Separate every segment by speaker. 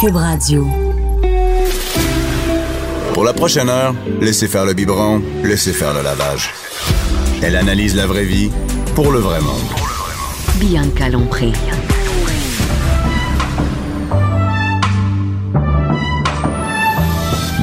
Speaker 1: Cube Radio.
Speaker 2: Pour la prochaine heure, laissez faire le biberon, laissez faire le lavage. Elle analyse la vraie vie pour le vrai monde.
Speaker 1: Bianca Lompré.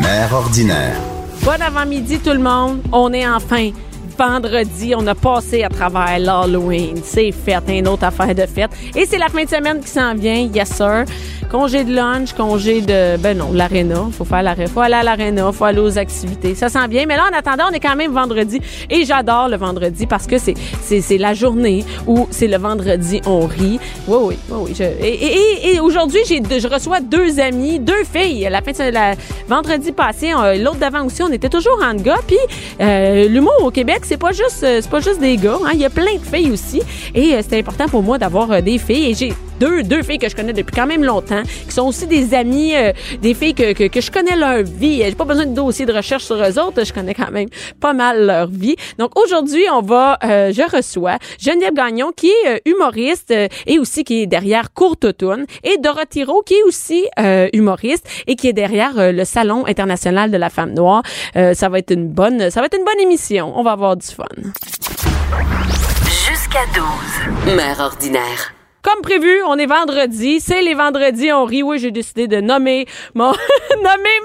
Speaker 2: Mère ordinaire.
Speaker 3: Bon avant-midi tout le monde, on est enfin vendredi, on a passé à travers l'Halloween, c'est fête, une autre affaire de fête et c'est la fin de semaine qui s'en vient, yes sir. Congé de lunch, congé de ben non, l'aréna, faut faire l'arena, faut aller à l'aréna, faut aller aux activités. Ça s'en vient, mais là en attendant, on est quand même vendredi et j'adore le vendredi parce que c'est c'est c'est la journée où c'est le vendredi on rit. Oui oui, oui, oui je- et et, et- et aujourd'hui, j'ai deux- je reçois deux amis, deux filles. La fin de semaine- la vendredi passé, on- l'autre d'avant aussi, on était toujours en gars puis euh, l'humour au Québec, c'est pas juste euh, c'est pas juste des gars, hein, il y a plein de filles aussi et euh, c'était important pour moi d'avoir euh, des filles et j'ai deux, deux filles que je connais depuis quand même longtemps, qui sont aussi des amies, euh, des filles que, que, que je connais leur vie. J'ai pas besoin de dossier de recherche sur eux autres, je connais quand même pas mal leur vie. Donc aujourd'hui, on va, euh, je reçois Geneviève Gagnon, qui est euh, humoriste euh, et aussi qui est derrière Courte Automne, et Dorothy Rowe, qui est aussi euh, humoriste et qui est derrière euh, le Salon international de la femme noire. Euh, ça va être une bonne, ça va être une bonne émission. On va avoir du fun.
Speaker 1: Jusqu'à 12. Mère ordinaire.
Speaker 3: Comme prévu, on est vendredi. C'est les vendredis, on rit. Oui, j'ai décidé de nommer mon, nommer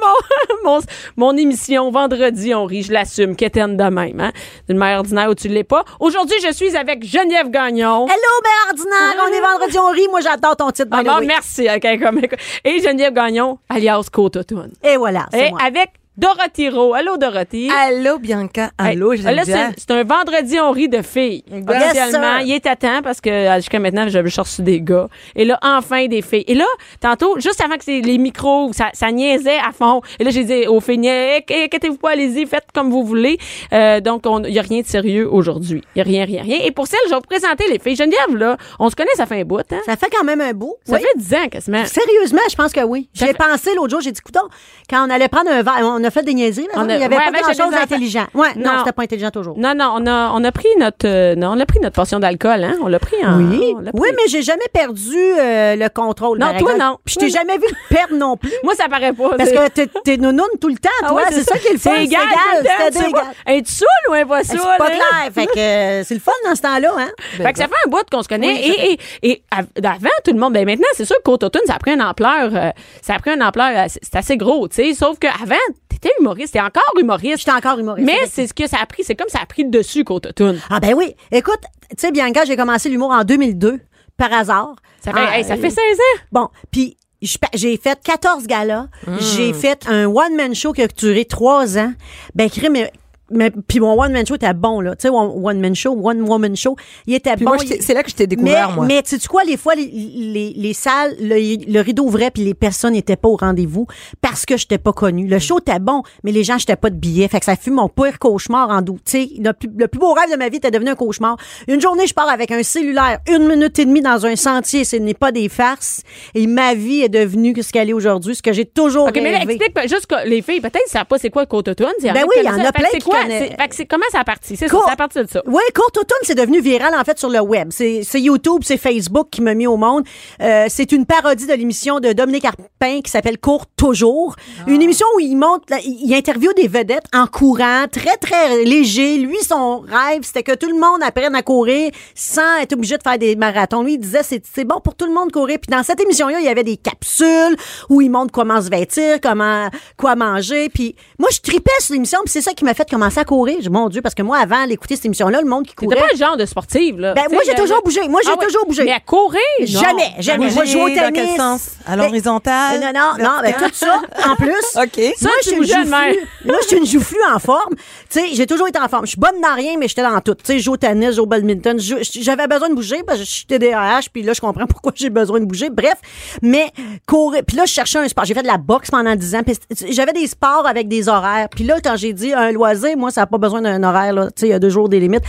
Speaker 3: mon, mon, mon émission Vendredi, on rit. Je l'assume, quétaine de même, hein. D'une manière ordinaire où tu l'es pas. Aujourd'hui, je suis avec Geneviève Gagnon.
Speaker 4: Hello, ben ordinaire, on est vendredi, on rit. Moi, j'adore ton titre, by
Speaker 3: Ah
Speaker 4: the
Speaker 3: bon,
Speaker 4: way.
Speaker 3: merci. ok, comme- Et Geneviève Gagnon, alias Côte Automne.
Speaker 4: Et voilà, c'est
Speaker 3: Et
Speaker 4: moi.
Speaker 3: avec Dorothy Rowe. Allô, Dorothy.
Speaker 5: Allô, Bianca.
Speaker 3: Hey,
Speaker 5: Allô,
Speaker 3: là,
Speaker 5: Geneviève.
Speaker 3: c'est- c'est un vendredi, on rit de filles. Officiellement,
Speaker 4: sir.
Speaker 3: il est à temps parce que euh, jusqu'à maintenant, j'avais juste reçu des gars. Et là, enfin, des filles. Et là, tantôt, juste avant que c'est- les micros, ça, ça niaisait à fond. Et là, j'ai dit aux filles, Hey, eh, inquiétez-vous pas, allez-y, faites comme vous voulez. Euh, donc, on- il n'y a rien de sérieux aujourd'hui. Il n'y a rien, rien, rien. Et pour celles, je vais vous présenter les filles. Geneviève, là, on se connaît, ça fait un bout, hein?
Speaker 4: Ça fait quand même un bout.
Speaker 3: Ça
Speaker 4: oui.
Speaker 3: fait 10 ans quasiment.
Speaker 4: Sérieusement, je pense que oui.
Speaker 3: Ça
Speaker 4: J'ai
Speaker 3: fait-
Speaker 4: pensé l'autre jour, j'ai dit, coudon, quand on allait prendre un verre, on a fait des niaiseries, là,
Speaker 3: On a-
Speaker 4: il n'y avait
Speaker 3: ouais, ben,
Speaker 4: pas
Speaker 3: avec
Speaker 4: grand-chose
Speaker 3: les enfants.
Speaker 4: d'intelligent. Ouais, non,
Speaker 3: Non.
Speaker 4: c'était pas intelligent toujours.
Speaker 3: Non, non, on a, on a pris notre, euh, non, on a pris notre portion d'alcool, hein? On l'a pris en.
Speaker 4: Oui,
Speaker 3: on l'a pris.
Speaker 4: oui, mais j'ai jamais perdu euh, le contrôle.
Speaker 3: Non,
Speaker 4: par
Speaker 3: toi,
Speaker 4: exemple.
Speaker 3: non.
Speaker 4: Puis je t'ai
Speaker 3: Toi,
Speaker 4: jamais vu le perdre non plus.
Speaker 3: Moi, ça paraît pas.
Speaker 4: Parce
Speaker 3: c'est-
Speaker 4: que t'es- t'es nounoune tout le temps,
Speaker 3: Ah
Speaker 4: toi.
Speaker 3: ouais,
Speaker 4: c'est ça qui est le fun.
Speaker 3: C'est égal.
Speaker 4: C'est
Speaker 3: tout le temps, tu
Speaker 4: égal. C'est
Speaker 3: sais
Speaker 4: égal.
Speaker 3: pas. Es-tu saoul ou est pas
Speaker 4: C'est
Speaker 3: saoul?
Speaker 4: pas
Speaker 3: hein?
Speaker 4: clair. Fait que euh, c'est le fun dans ce temps-là, hein?
Speaker 3: Fait que ça fait un bout qu'on se connaît.
Speaker 4: Oui, ça
Speaker 3: et, et, et av- avant, tout le monde. Ben maintenant, c'est sûr que Côte Automne, ça a pris une ampleur. euh, ça a pris une ampleur. euh, c'est c'est assez gros, tu sais. Sauf qu'avant, t'étais humoriste. T'es encore humoriste.
Speaker 4: J'étais encore humoriste.
Speaker 3: Mais c'est ce que ça a pris. C'est comme ça a pris le dessus, Côte Automne.
Speaker 4: Ah ben oui. Écoute, tu sais, Bianca, j'ai commencé l'humour en 2002, par hasard.
Speaker 3: Ça fait,
Speaker 4: Ah,
Speaker 3: hey, ça
Speaker 4: euh,
Speaker 3: fait 16 ans.
Speaker 4: Bon, puis je pa- j'ai fait 14 galas.
Speaker 3: Mmh.
Speaker 4: J'ai fait un one-man show qui a duré 3 ans. Ben, crée, mais... Mais, puis mon one man show était bon là, tu sais one, one man show, one woman show, il était
Speaker 5: Puis
Speaker 4: bon.
Speaker 5: moi, je t'ai-
Speaker 4: il-
Speaker 5: c'est là que je t'ai découvert,
Speaker 4: mais,
Speaker 5: moi.
Speaker 4: Mais tu sais quoi, les fois, les, les, les salles, le, le rideau ouvrait puis les personnes n'étaient pas au rendez-vous parce que j'étais pas connue. Le show était bon, mais les gens n'étaient pas de billets. Fait que ça fut mon pire cauchemar en doute. Tu sais, Le plus, le plus beau rêve de ma vie était devenu un cauchemar. Une journée, je pars avec un cellulaire, une minute et demie dans un sentier. Ce n'est pas des farces. Et ma vie est devenue ce qu'elle est aujourd'hui, ce que j'ai toujours
Speaker 3: OK, mais là,
Speaker 4: rêvé.
Speaker 3: explique ben, juste que les filles, peut-être, ne savent pas c'est quoi Côte Automne. Ben
Speaker 4: Ben oui, il y en a plein
Speaker 3: C'est
Speaker 4: qui
Speaker 3: quoi?
Speaker 4: connaissent.
Speaker 3: C'est- Fait que c'est comment ça a parti? C'est ça,
Speaker 4: Cour-
Speaker 3: ça a parti de ça.
Speaker 4: Oui, Courte Automne, c'est devenu viral, en fait, sur le web. C'est c'est YouTube, c'est Facebook qui m'a mis au monde. Euh, c'est une parodie de l'émission de Dominique Arpin qui s'appelle Court Toujours.
Speaker 3: Ah.
Speaker 4: Une émission où il monte, là, il il interviewe des vedettes en courant, très, très léger. Lui, son rêve, c'était que tout le monde apprenne à courir sans être obligé de faire des marathons. Lui, il disait, c'est c'est bon pour tout le monde de courir. Puis dans cette émission-là, il y avait des capsules où il montre comment se vêtir, comment, quoi manger. Puis moi, je tripais sur l'émission, puis c'est ça qui m'a fait commencer à courir. J'ai dit, Mon Dieu, parce que moi, avant d'écouter cette émission-là, le monde qui
Speaker 3: T'étais
Speaker 4: courait.
Speaker 3: pas le genre de sportive, là.
Speaker 4: Ben,
Speaker 3: Tu sais,
Speaker 4: moi, j'ai
Speaker 3: euh,
Speaker 4: toujours bougé. Moi, j'ai
Speaker 3: Ah ouais.
Speaker 4: toujours bougé.
Speaker 3: Mais à courir? non.
Speaker 4: Jamais, jamais.
Speaker 5: Bouger
Speaker 4: Moi, je jouais au
Speaker 5: dans quel
Speaker 4: tennis.
Speaker 5: sens? À
Speaker 4: Ben,
Speaker 5: l'horizontale?
Speaker 4: Non, non, non, ben, tout ça, en plus.
Speaker 5: OK.
Speaker 3: Ça,
Speaker 4: moi,
Speaker 3: tu
Speaker 4: je suis une
Speaker 3: bougeais de
Speaker 4: joufflue.
Speaker 3: même.
Speaker 4: Moi, je suis une joufflue en forme. Tu sais, j'ai toujours été en forme. Je suis bonne dans rien, mais j'étais dans tout. Tu sais, je joue au tennis, je joue au badminton. Je- J'avais besoin de bouger parce que je suis TDAH, puis là, je comprends pourquoi j'ai besoin de bouger. Bref, mais courir. Puis là, je cherchais un sport. J'ai fait de la boxe pendant 10 ans. puis c- J'avais des sports avec des horaires. Puis là, quand j'ai dit un loisir, moi, ça n'a pas besoin d'un horaire. là. Tu sais, il y a deux jours des limites.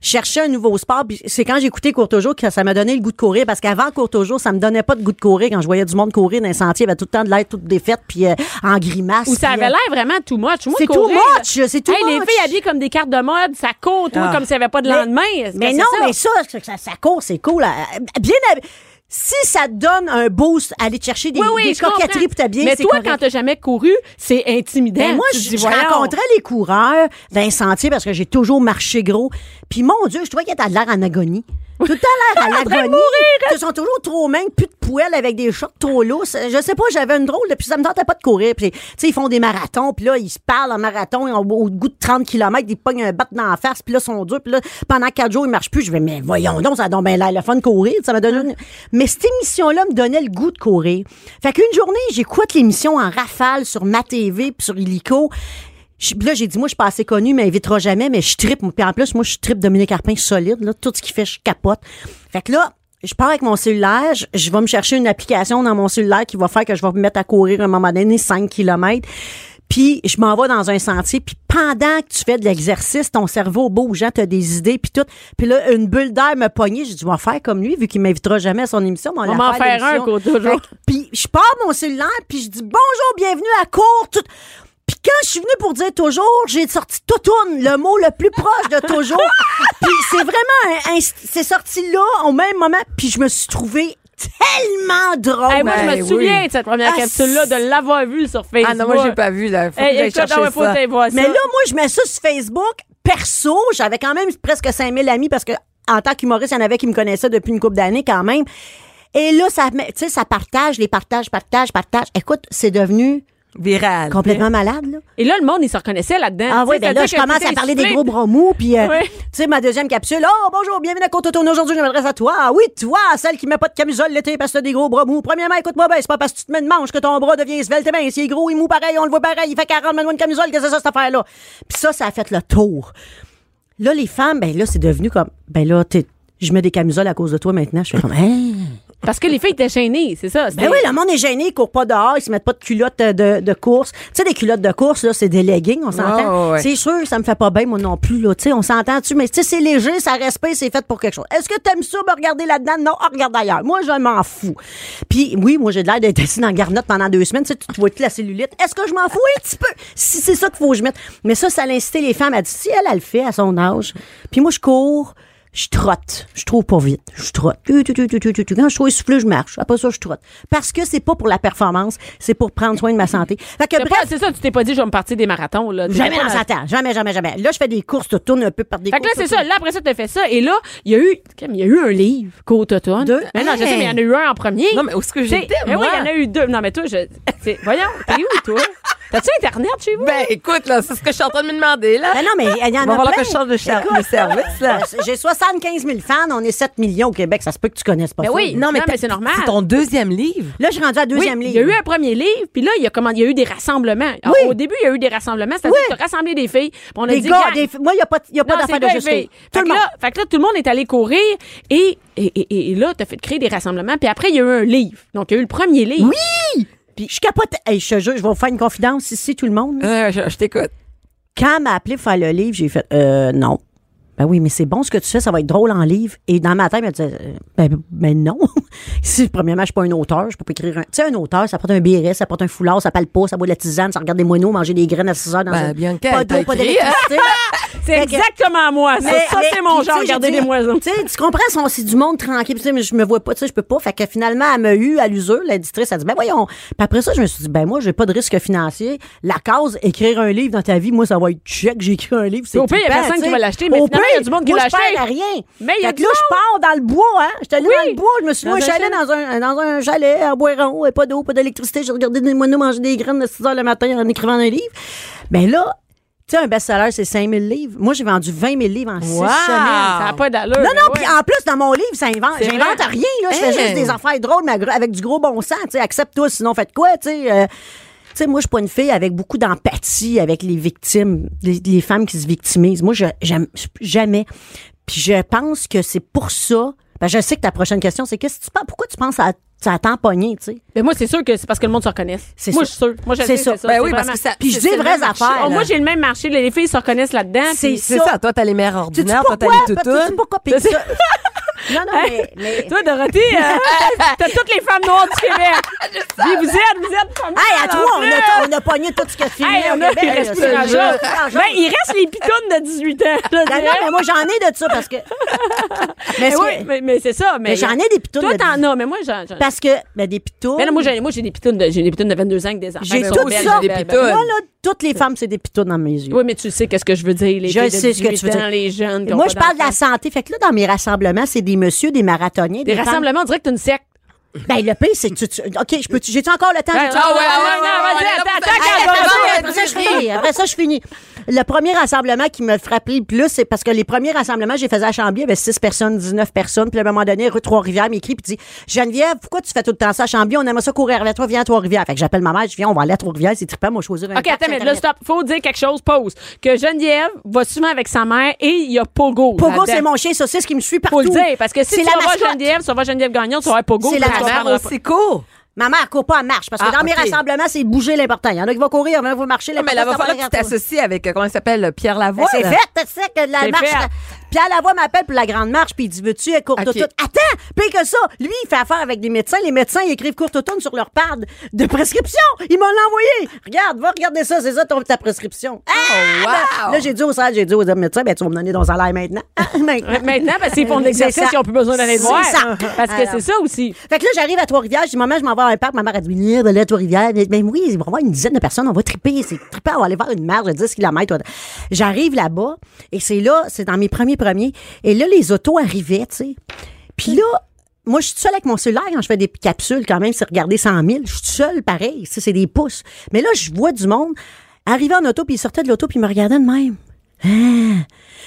Speaker 4: Je cherchais un nouveau sport, puis c'est quand j'ai écouté Court Toujours que ça m'a donné le goût de courir, parce qu'avant Court Toujours, ça me donnait pas de goût de courir quand je voyais du monde courir dans un sentier, il y avait tout le temps de l'air toute défaite, puis euh, en grimace.
Speaker 3: Ou ça
Speaker 4: puis,
Speaker 3: avait
Speaker 4: euh,
Speaker 3: l'air vraiment too much. Moi,
Speaker 4: C'est
Speaker 3: courir,
Speaker 4: too
Speaker 3: là-
Speaker 4: much, c'est too
Speaker 3: Hey, Les
Speaker 4: much.
Speaker 3: filles habillées comme des cartes de mode, ça court, toi,
Speaker 5: Ah.
Speaker 3: comme s'il n'y avait pas de
Speaker 4: Mais-
Speaker 3: lendemain. Est-ce que
Speaker 4: Mais
Speaker 3: c'est
Speaker 4: non,
Speaker 3: ça?
Speaker 4: mais ça, ça, ça court, c'est cool. euh, hein? Bien hab- si ça te donne un boost à aller te chercher des,
Speaker 3: oui, oui,
Speaker 4: des
Speaker 3: je
Speaker 4: coquetteries
Speaker 3: comprends.
Speaker 4: pour t'habiller,
Speaker 3: Mais
Speaker 4: c'est
Speaker 3: toi,
Speaker 4: correct.
Speaker 3: quand t'as jamais couru, c'est intimidant.
Speaker 4: Ben moi,
Speaker 3: Tu
Speaker 4: je,
Speaker 3: dis,
Speaker 4: je
Speaker 3: voyons.
Speaker 4: rencontrais les coureurs d'un sentier parce que j'ai toujours marché gros. Puis mon Dieu, je trouvais qu'elle était de l'air en agonie. Tout le temps l'air en agonie. Ils sont toujours trop minces, plus de poêle avec des shorts trop lousses. Je sais pas, j'avais une drôle, de- puis ça me tentait pas de courir. Puis, tu sais, ils font des marathons, puis là, ils se parlent en marathon, ils ont- au goût de 30 km, ils pognent un bat dans la face, puis là, ils sont durs, puis là, pendant quatre jours, ils marchent plus. Je vais, mais voyons donc, ça donne bien l'air le fun de courir. Ça m'a donné une- Mais cette émission-là me donnait le goût de courir. Fait qu'une journée, j'écoute l'émission en rafale sur ma TV, puis sur Illico. Je- puis là, j'ai dit, moi, je suis pas assez connue, mais invitera jamais, mais je tripe. Puis en plus, moi, je tripe Dominique Carpin solide, là. Tout ce qu'il fait, je capote. Fait que là, je pars avec mon cellulaire, je, je vais me chercher une application dans mon cellulaire qui va faire que je vais me mettre à courir à un moment donné 5 km. Puis je m'en vais dans un sentier, puis pendant que tu fais de l'exercice, ton cerveau bouge, hein, t'as des idées, puis tout. Puis là, une bulle d'air me pognait, j'ai dit, je vais en faire comme lui, vu qu'il m'invitera jamais à son émission. mais
Speaker 3: On
Speaker 4: la
Speaker 3: va en
Speaker 4: à
Speaker 3: faire un,
Speaker 4: l'émission.
Speaker 3: quoi, toujours.
Speaker 4: Fait que puis je pars mon cellulaire, puis je dis bonjour, bienvenue à court. Tout... Puis quand je suis venue pour dire toujours, j'ai sorti toutoune, le mot le plus proche de toujours. puis c'est vraiment un, un- c'est sorti là au même moment, puis je me suis trouvée tellement drôle.
Speaker 3: Hey, moi, je me
Speaker 5: Ben oui.
Speaker 3: souviens de cette première
Speaker 4: Ah,
Speaker 3: capsule-là, de l'avoir vue sur Facebook.
Speaker 5: Ah non, moi, j'ai pas vu, là. Faut que
Speaker 3: Hey,
Speaker 5: j'aille
Speaker 3: écoute,
Speaker 5: chercher
Speaker 3: ah ouais, faut
Speaker 5: ça.
Speaker 3: que t'ailles voir ça.
Speaker 4: Mais là, moi, je mets ça sur Facebook perso. J'avais quand même presque 5000 amis parce que en tant qu'humoriste, il y en avait qui me connaissaient depuis une couple d'années quand même. Et là, ça, met- tu sais, ça partage, les partages, partage, partage. Écoute, c'est devenu
Speaker 5: Viral.
Speaker 4: complètement malade, là.
Speaker 3: Et là, le monde, il se reconnaissait là-dedans.
Speaker 4: Ah
Speaker 3: Tu sais,
Speaker 4: oui, ben là, je
Speaker 3: c'est-à-dire que
Speaker 4: commence à
Speaker 3: t'étais
Speaker 4: parler des
Speaker 3: essoufflé.
Speaker 4: gros bras mous, puis euh,
Speaker 3: Ouais.
Speaker 4: tu sais, ma deuxième capsule. Oh, bonjour, bienvenue à Côte Automne. Aujourd'hui, je m'adresse à toi. Ah Oui, toi, celle qui met pas de camisole l'été parce que t'as des gros bras mous. Premièrement, écoute-moi bien, c'est pas parce que tu te mets de manche que ton bras devient svelte et mince. Il est gros, il est mou pareil, on le voit pareil. Il fait 40 mètres de camisole, qu'est-ce que c'est ça, cette affaire-là? Puis ça, ça a fait le tour. Là, les femmes, ben là, c'est devenu comme, ben là, t'es- je mets des camisoles à cause de toi maintenant. Je suis comme, hein?
Speaker 3: Parce que les filles étaient gênées, c'est ça. c'était-
Speaker 4: Ben oui, le monde est gêné, ils courent pas dehors, ils se mettent pas de culottes euh, de, de course. Tu sais, des culottes de course, là, c'est des leggings, on s'entend.
Speaker 5: ouais, ouais.
Speaker 4: C'est sûr, ça me fait pas bien, moi non plus, là. Tu sais, on s'entend-tu, mais tu sais, c'est léger, ça respecte, c'est fait pour quelque chose. Est-ce que t'aimes ça, me regarder là-dedans? Non, ah, regarde ailleurs. Moi, je m'en fous. Puis, oui, moi, j'ai de l'air d'être assis dans le garnotte pendant deux semaines, tu sais, tu te vois toute la cellulite. Est-ce que je m'en fous un petit peu? Si c'est ça qu'il faut que je mette. Mais ça, ça l'incitait les femmes à dire, si elle, elle le fait à son âge. Puis moi, je cours. Je trotte. Je trouve pas vite. Je trotte. Tu, tu, tu, tu, tu, tu, tu. Quand je suis essoufflée, je marche. Après ça, je trotte. Parce que c'est pas pour la performance, c'est pour prendre soin de ma santé. Fait que
Speaker 3: T'as
Speaker 4: bref,
Speaker 3: pas- C'est ça, tu t'es pas dit, je vais me partir des marathons. Là. T'étais
Speaker 4: jamais
Speaker 3: pas
Speaker 4: dans
Speaker 3: dans-
Speaker 4: sa terre. Jamais, jamais, jamais. Là, je fais des courses, je tourne un peu par des
Speaker 3: Fait que là,
Speaker 4: courses,
Speaker 3: c'est
Speaker 4: je
Speaker 3: ça.
Speaker 4: tourne.
Speaker 3: Là, après ça, t'as fait ça. Et là, il y a eu, comme, il y a eu un livre, Côte Automne.
Speaker 4: Deux.
Speaker 3: Mais non, je
Speaker 5: Hey.
Speaker 3: sais, mais il y en a eu un en premier.
Speaker 5: Non, mais où est-ce que
Speaker 3: T'sais,
Speaker 5: j'étais,
Speaker 3: mais oui,
Speaker 5: moi?
Speaker 3: il y en a eu deux. Non, mais toi, je. t'sais, Voyons, t'es où, toi? T'as-tu Internet chez vous?
Speaker 5: Ben, écoute, là, c'est ce que je suis en train de me demander, là.
Speaker 4: Ben non, mais il y en
Speaker 5: On va
Speaker 4: a
Speaker 5: falloir
Speaker 4: plein.
Speaker 5: que je change de, char-
Speaker 4: Écoute,
Speaker 5: de service, là.
Speaker 4: euh, J'ai 75 000 fans, on est 7 millions au Québec, ça se peut que tu connaisses pas
Speaker 3: Ben
Speaker 4: ça.
Speaker 3: oui.
Speaker 4: Non.
Speaker 3: Non, mais
Speaker 5: t'as-
Speaker 3: c'est normal.
Speaker 5: C'est ton deuxième livre.
Speaker 4: Là, je suis rendue à
Speaker 3: Oui,
Speaker 4: deuxième
Speaker 3: il y
Speaker 4: livre.
Speaker 3: a eu un premier livre, puis là, il y a, comment, il y a eu des rassemblements. Alors,
Speaker 4: Oui.
Speaker 3: Au début, il y a eu des rassemblements, c'est-à-dire
Speaker 4: Oui.
Speaker 3: que t'as rassemblé des filles. puis on a
Speaker 4: Les
Speaker 3: dit,
Speaker 4: gars,
Speaker 3: Gang,
Speaker 4: des f- moi, il n'y a pas, y a pas
Speaker 3: Non,
Speaker 4: d'affaire
Speaker 3: c'est
Speaker 4: de
Speaker 3: gars et
Speaker 4: juste
Speaker 3: filles. Fait
Speaker 4: Tout le
Speaker 3: que
Speaker 4: monde.
Speaker 3: Là, fait que là, tout le monde est allé courir et, et, et, et là, t'as fait créer des rassemblements. Puis après, il y a eu un livre. Donc, il y a eu le premier livre.
Speaker 4: Oui! Puis je capote. Hey, je te jure, je vais vous faire une confidence ici, tout le monde.
Speaker 5: Euh, je je t'écoute.
Speaker 4: quand elle m'a appelé pour faire le livre, j'ai fait euh, non. Ben oui, mais c'est bon ce que tu fais, ça va être drôle en livre. Et dans ma tête, elle me disait euh, ben, ben non. si premièrement, je suis pas un auteur, je peux pas écrire un. Tu sais, un auteur, ça porte un BRS, ça porte un foulard, ça parle pas, ça boit de la tisane, ça regarde des moineaux manger des graines à 6 heures dans
Speaker 5: Ben,
Speaker 4: un.
Speaker 5: Bianca,
Speaker 4: pas
Speaker 5: elle
Speaker 4: d'eau,
Speaker 5: t'a
Speaker 4: pas
Speaker 5: écrit,
Speaker 4: d'électricité.
Speaker 3: C'est
Speaker 4: Fait que-
Speaker 3: exactement moi. Ça,
Speaker 4: Mais-
Speaker 3: ça
Speaker 4: mais-
Speaker 3: c'est mon genre.
Speaker 4: puis, tu sais, j'ai
Speaker 3: Regardez
Speaker 4: dit,
Speaker 3: les moisons.
Speaker 4: Tu sais, tu comprends, c'est- c'est du monde tranquille. Puis, tu sais, mais je me vois pas, tu sais, je peux pas. Fait que finalement, elle m'a eu à l'usure, l'éditrice, elle dit, ben voyons. Puis après ça, je me suis dit, ben moi, j'ai pas de risque financier. La cause, écrire un livre dans ta vie, moi, ça va être check, j'ai écrit un livre. c'est
Speaker 3: Au pire, il y a
Speaker 4: trippant,
Speaker 3: personne
Speaker 4: tu
Speaker 3: qui
Speaker 4: sais.
Speaker 3: va l'acheter, mais
Speaker 4: Au
Speaker 3: finalement, il y a
Speaker 4: pire,
Speaker 3: du monde qui
Speaker 4: moi,
Speaker 3: l'a
Speaker 4: Je
Speaker 3: acheté.
Speaker 4: perds à rien.
Speaker 3: Mais il y a
Speaker 4: Fait que
Speaker 3: du
Speaker 4: là, je pars dans le bois, hein. J'étais allée
Speaker 3: Oui.
Speaker 4: dans le bois, je me suis
Speaker 3: Dans
Speaker 4: loué un
Speaker 3: un
Speaker 4: chalet
Speaker 3: chalet.
Speaker 4: dans un, dans un chalet à Boiron, et pas d'eau, pas d'électricité. J'ai regardé des moineaux manger des graines de 6 heures le matin en écrivant un livre. Mais Ben là, tu sais, un best-seller, c'est 5000 livres. Moi, j'ai vendu 20 000 livres en 6
Speaker 5: Wow! Ben
Speaker 4: semaines.
Speaker 3: Ça n'a pas d'allure.
Speaker 4: Non, non,
Speaker 3: mais
Speaker 4: puis
Speaker 3: ouais.
Speaker 4: en plus, dans mon livre, ça invente,
Speaker 3: C'est
Speaker 4: j'invente
Speaker 3: vrai.
Speaker 4: rien, là. Je fais
Speaker 5: Hey.
Speaker 4: juste des affaires drôles, mais avec du gros bon sens, tu sais. Accepte-toi, sinon faites quoi, tu sais. euh, tu sais, moi, je suis pas une fille avec beaucoup d'empathie avec les victimes, les, les femmes qui se victimisent. Moi, je, j'aime, jamais. Puis je pense que c'est pour ça. Ben, je sais que ta prochaine question, c'est qu'est-ce que tu penses, pourquoi tu penses à, à t'empoigner, tu sais?
Speaker 3: Mais moi, c'est sûr que c'est parce que le monde se reconnaît.
Speaker 4: C'est
Speaker 3: moi,
Speaker 4: ça.
Speaker 3: je suis sûre. Moi, je
Speaker 4: C'est
Speaker 3: sais,
Speaker 4: ça.
Speaker 3: c'est ça.
Speaker 5: Ben
Speaker 3: c'est
Speaker 5: oui, parce
Speaker 3: vraiment-
Speaker 5: que ça.
Speaker 4: Puis je
Speaker 5: c'est
Speaker 4: dis
Speaker 5: le
Speaker 4: vraies
Speaker 5: même marché.
Speaker 4: affaires,
Speaker 3: Oh,
Speaker 4: là.
Speaker 3: moi, j'ai le même marché. Les filles se reconnaissent là-dedans.
Speaker 4: C'est
Speaker 3: puis-
Speaker 5: C'est ça, toi, t'as les mères
Speaker 4: Tu sais
Speaker 5: ordinaires, toi, t'as
Speaker 4: pourquoi?
Speaker 5: les
Speaker 4: Parce que tu sais
Speaker 5: toutounes.
Speaker 4: pourquoi? Puis ça- Non, non, mais. mais-
Speaker 3: Toi, Dorothée, euh, t'as toutes les femmes noires du Québec. Puis vous êtes, vous êtes femmes
Speaker 4: Hey, à
Speaker 3: noires
Speaker 4: toi,
Speaker 3: en
Speaker 4: on a, on a pogné tout ce que tu
Speaker 3: Hey, on a, il reste plus grand chose. Ben, il reste les pitounes de 18 ans. je dirais.
Speaker 4: mais moi, j'en ai de ça parce que. mais
Speaker 3: Mais
Speaker 4: est-ce
Speaker 3: oui,
Speaker 4: que-
Speaker 3: mais, mais c'est ça. Mais,
Speaker 4: Mais j'en ai des pitounes
Speaker 3: Toi,
Speaker 4: de
Speaker 3: t'en
Speaker 4: 18.
Speaker 3: as, mais moi, j'en j'en-
Speaker 4: Parce que, ben, des pitounes.
Speaker 3: Mais non, moi, Ben, j'ai, moi, j'ai des pitounes de, j'ai des pitounes de 22 ans avec des enfants.
Speaker 4: J'ai
Speaker 3: qui sont
Speaker 4: tout
Speaker 3: belles,
Speaker 4: ça. Ben,
Speaker 3: belles,
Speaker 5: des
Speaker 3: belles,
Speaker 5: pitounes.
Speaker 3: belles.
Speaker 4: Moi, là, toutes les femmes, c'est des pitounes dans mes yeux.
Speaker 3: Oui, mais tu sais qu'est-ce que je veux dire. Les
Speaker 4: Je
Speaker 3: filles de
Speaker 4: sais ce que tu
Speaker 3: 18
Speaker 4: veux
Speaker 3: ans,
Speaker 4: dire.
Speaker 3: les jeunes. qui ont
Speaker 4: Moi,
Speaker 3: pas
Speaker 4: je parle de la
Speaker 3: d'enfants.
Speaker 4: santé. Fait que là, dans mes rassemblements, c'est des messieurs, des marathoniens.
Speaker 3: Des
Speaker 4: femmes.
Speaker 3: rassemblements, on dirait que t'es une secte.
Speaker 4: Ben, le pire, c'est que tu. tu- OK, je peux. J'ai-tu encore le temps?
Speaker 3: Ah,
Speaker 4: J'ai-tu
Speaker 3: ouais,
Speaker 4: encore
Speaker 3: ouais,
Speaker 4: le temps?
Speaker 3: ouais, non, vas-y,
Speaker 5: ouais,
Speaker 3: attends,
Speaker 5: ouais,
Speaker 3: attends, Ah, attends,
Speaker 4: Ah,
Speaker 5: ouais, ouais,
Speaker 3: attends,
Speaker 5: ouais,
Speaker 3: attends.
Speaker 4: Après ben, ça, je finis. Après ça, je finis. Le premier rassemblement qui me frappait le plus, c'est parce que les premiers rassemblements, j'ai fait à Chambier, ben, 6 personnes, 19 personnes. Puis à un moment donné, rue Trois-Rivières m'écrit puis dit Geneviève, pourquoi tu fais tout le temps ça à Chambier? On aimerait ça courir avec toi, viens à Trois-Rivières. Fait que j'appelle ma mère, je dis, viens, on va aller à Trois-Rivières, c'est trippant, moi, choisir un
Speaker 3: OK,
Speaker 4: parc,
Speaker 3: attends, mais
Speaker 4: c'est
Speaker 3: là,
Speaker 4: Internet.
Speaker 3: stop. Faut dire quelque chose, pause. Que Geneviève va souvent avec sa mère et il y a Pogo.
Speaker 4: Pogo,
Speaker 3: là-dedans.
Speaker 4: c'est mon chien saucisse qui me suit partout.
Speaker 3: Faut le dire, parce que si
Speaker 4: C'est
Speaker 3: tu
Speaker 4: la
Speaker 3: vas
Speaker 4: mascotte.
Speaker 3: Geneviève, tu vas Geneviève Gagnon, tu vas Pogo.
Speaker 4: C'est
Speaker 3: ta
Speaker 4: la mascotte.
Speaker 3: mère
Speaker 5: Maman
Speaker 3: aura pas-
Speaker 5: aussi court.
Speaker 4: Ma mère court pas à marche, parce que
Speaker 5: Ah,
Speaker 4: dans mes
Speaker 5: OK.
Speaker 4: rassemblements, c'est bouger l'important. Il y en a qui vont courir, il y en a qui vont marcher.
Speaker 5: Mais là, va
Speaker 4: l'important,
Speaker 5: falloir que
Speaker 4: c'est
Speaker 5: tu
Speaker 4: de regarder.
Speaker 5: t'associes avec, euh, comment il s'appelle, Pierre
Speaker 4: Ben,
Speaker 5: Lavoie.
Speaker 4: c'est fait, c'est ça que de la
Speaker 3: C'est
Speaker 4: marche.
Speaker 3: fait.
Speaker 4: Puis à la voix m'appelle pour la grande marche, puis il dit veux-tu courte
Speaker 5: OK.
Speaker 4: automne Attends, puis que ça, lui il fait affaire avec des médecins, les médecins ils écrivent courte automne sur leur pad de prescription. Ils m'ont envoyé. Regarde, va regarder ça, c'est ça ton ta prescription. Ah,
Speaker 5: Oh, wow!
Speaker 4: ben, là j'ai dit au salle, j'ai dit aux hommes médecins ben tu vas me donner dans un salaire maintenant. Ah, maintenant.
Speaker 3: Ouais, Maintenant, parce qu'ils font de
Speaker 4: C'est
Speaker 3: l'exercice,
Speaker 4: ça.
Speaker 3: ils n'ont plus besoin d'aller te
Speaker 4: C'est
Speaker 3: voir.
Speaker 4: ça.
Speaker 3: Parce que
Speaker 4: Alors.
Speaker 3: c'est ça aussi.
Speaker 4: Fait que là, j'arrive à Trois-Rivières, je dis, maman, je m'en vais à un parc. Ma mère a dit, viens, ben là, Trois-Rivières. Mais, mais oui, il va y avoir une dizaine de personnes, on va triper. C'est trippant, on va aller voir une marge de 10 km. J'arrive là-bas, et c'est là, c'est dans mes premiers premiers. Et là, les autos arrivaient, tu sais. Puis là, moi, je suis toute seule avec mon cellulaire quand je fais des capsules, quand même, c'est regarder 100 000. Je suis toute seule, pareil. Ça, c'est des pouces. Mais là, je vois du monde arriver en auto, puis il sortait de l'auto, puis il me regardait de même. Ah.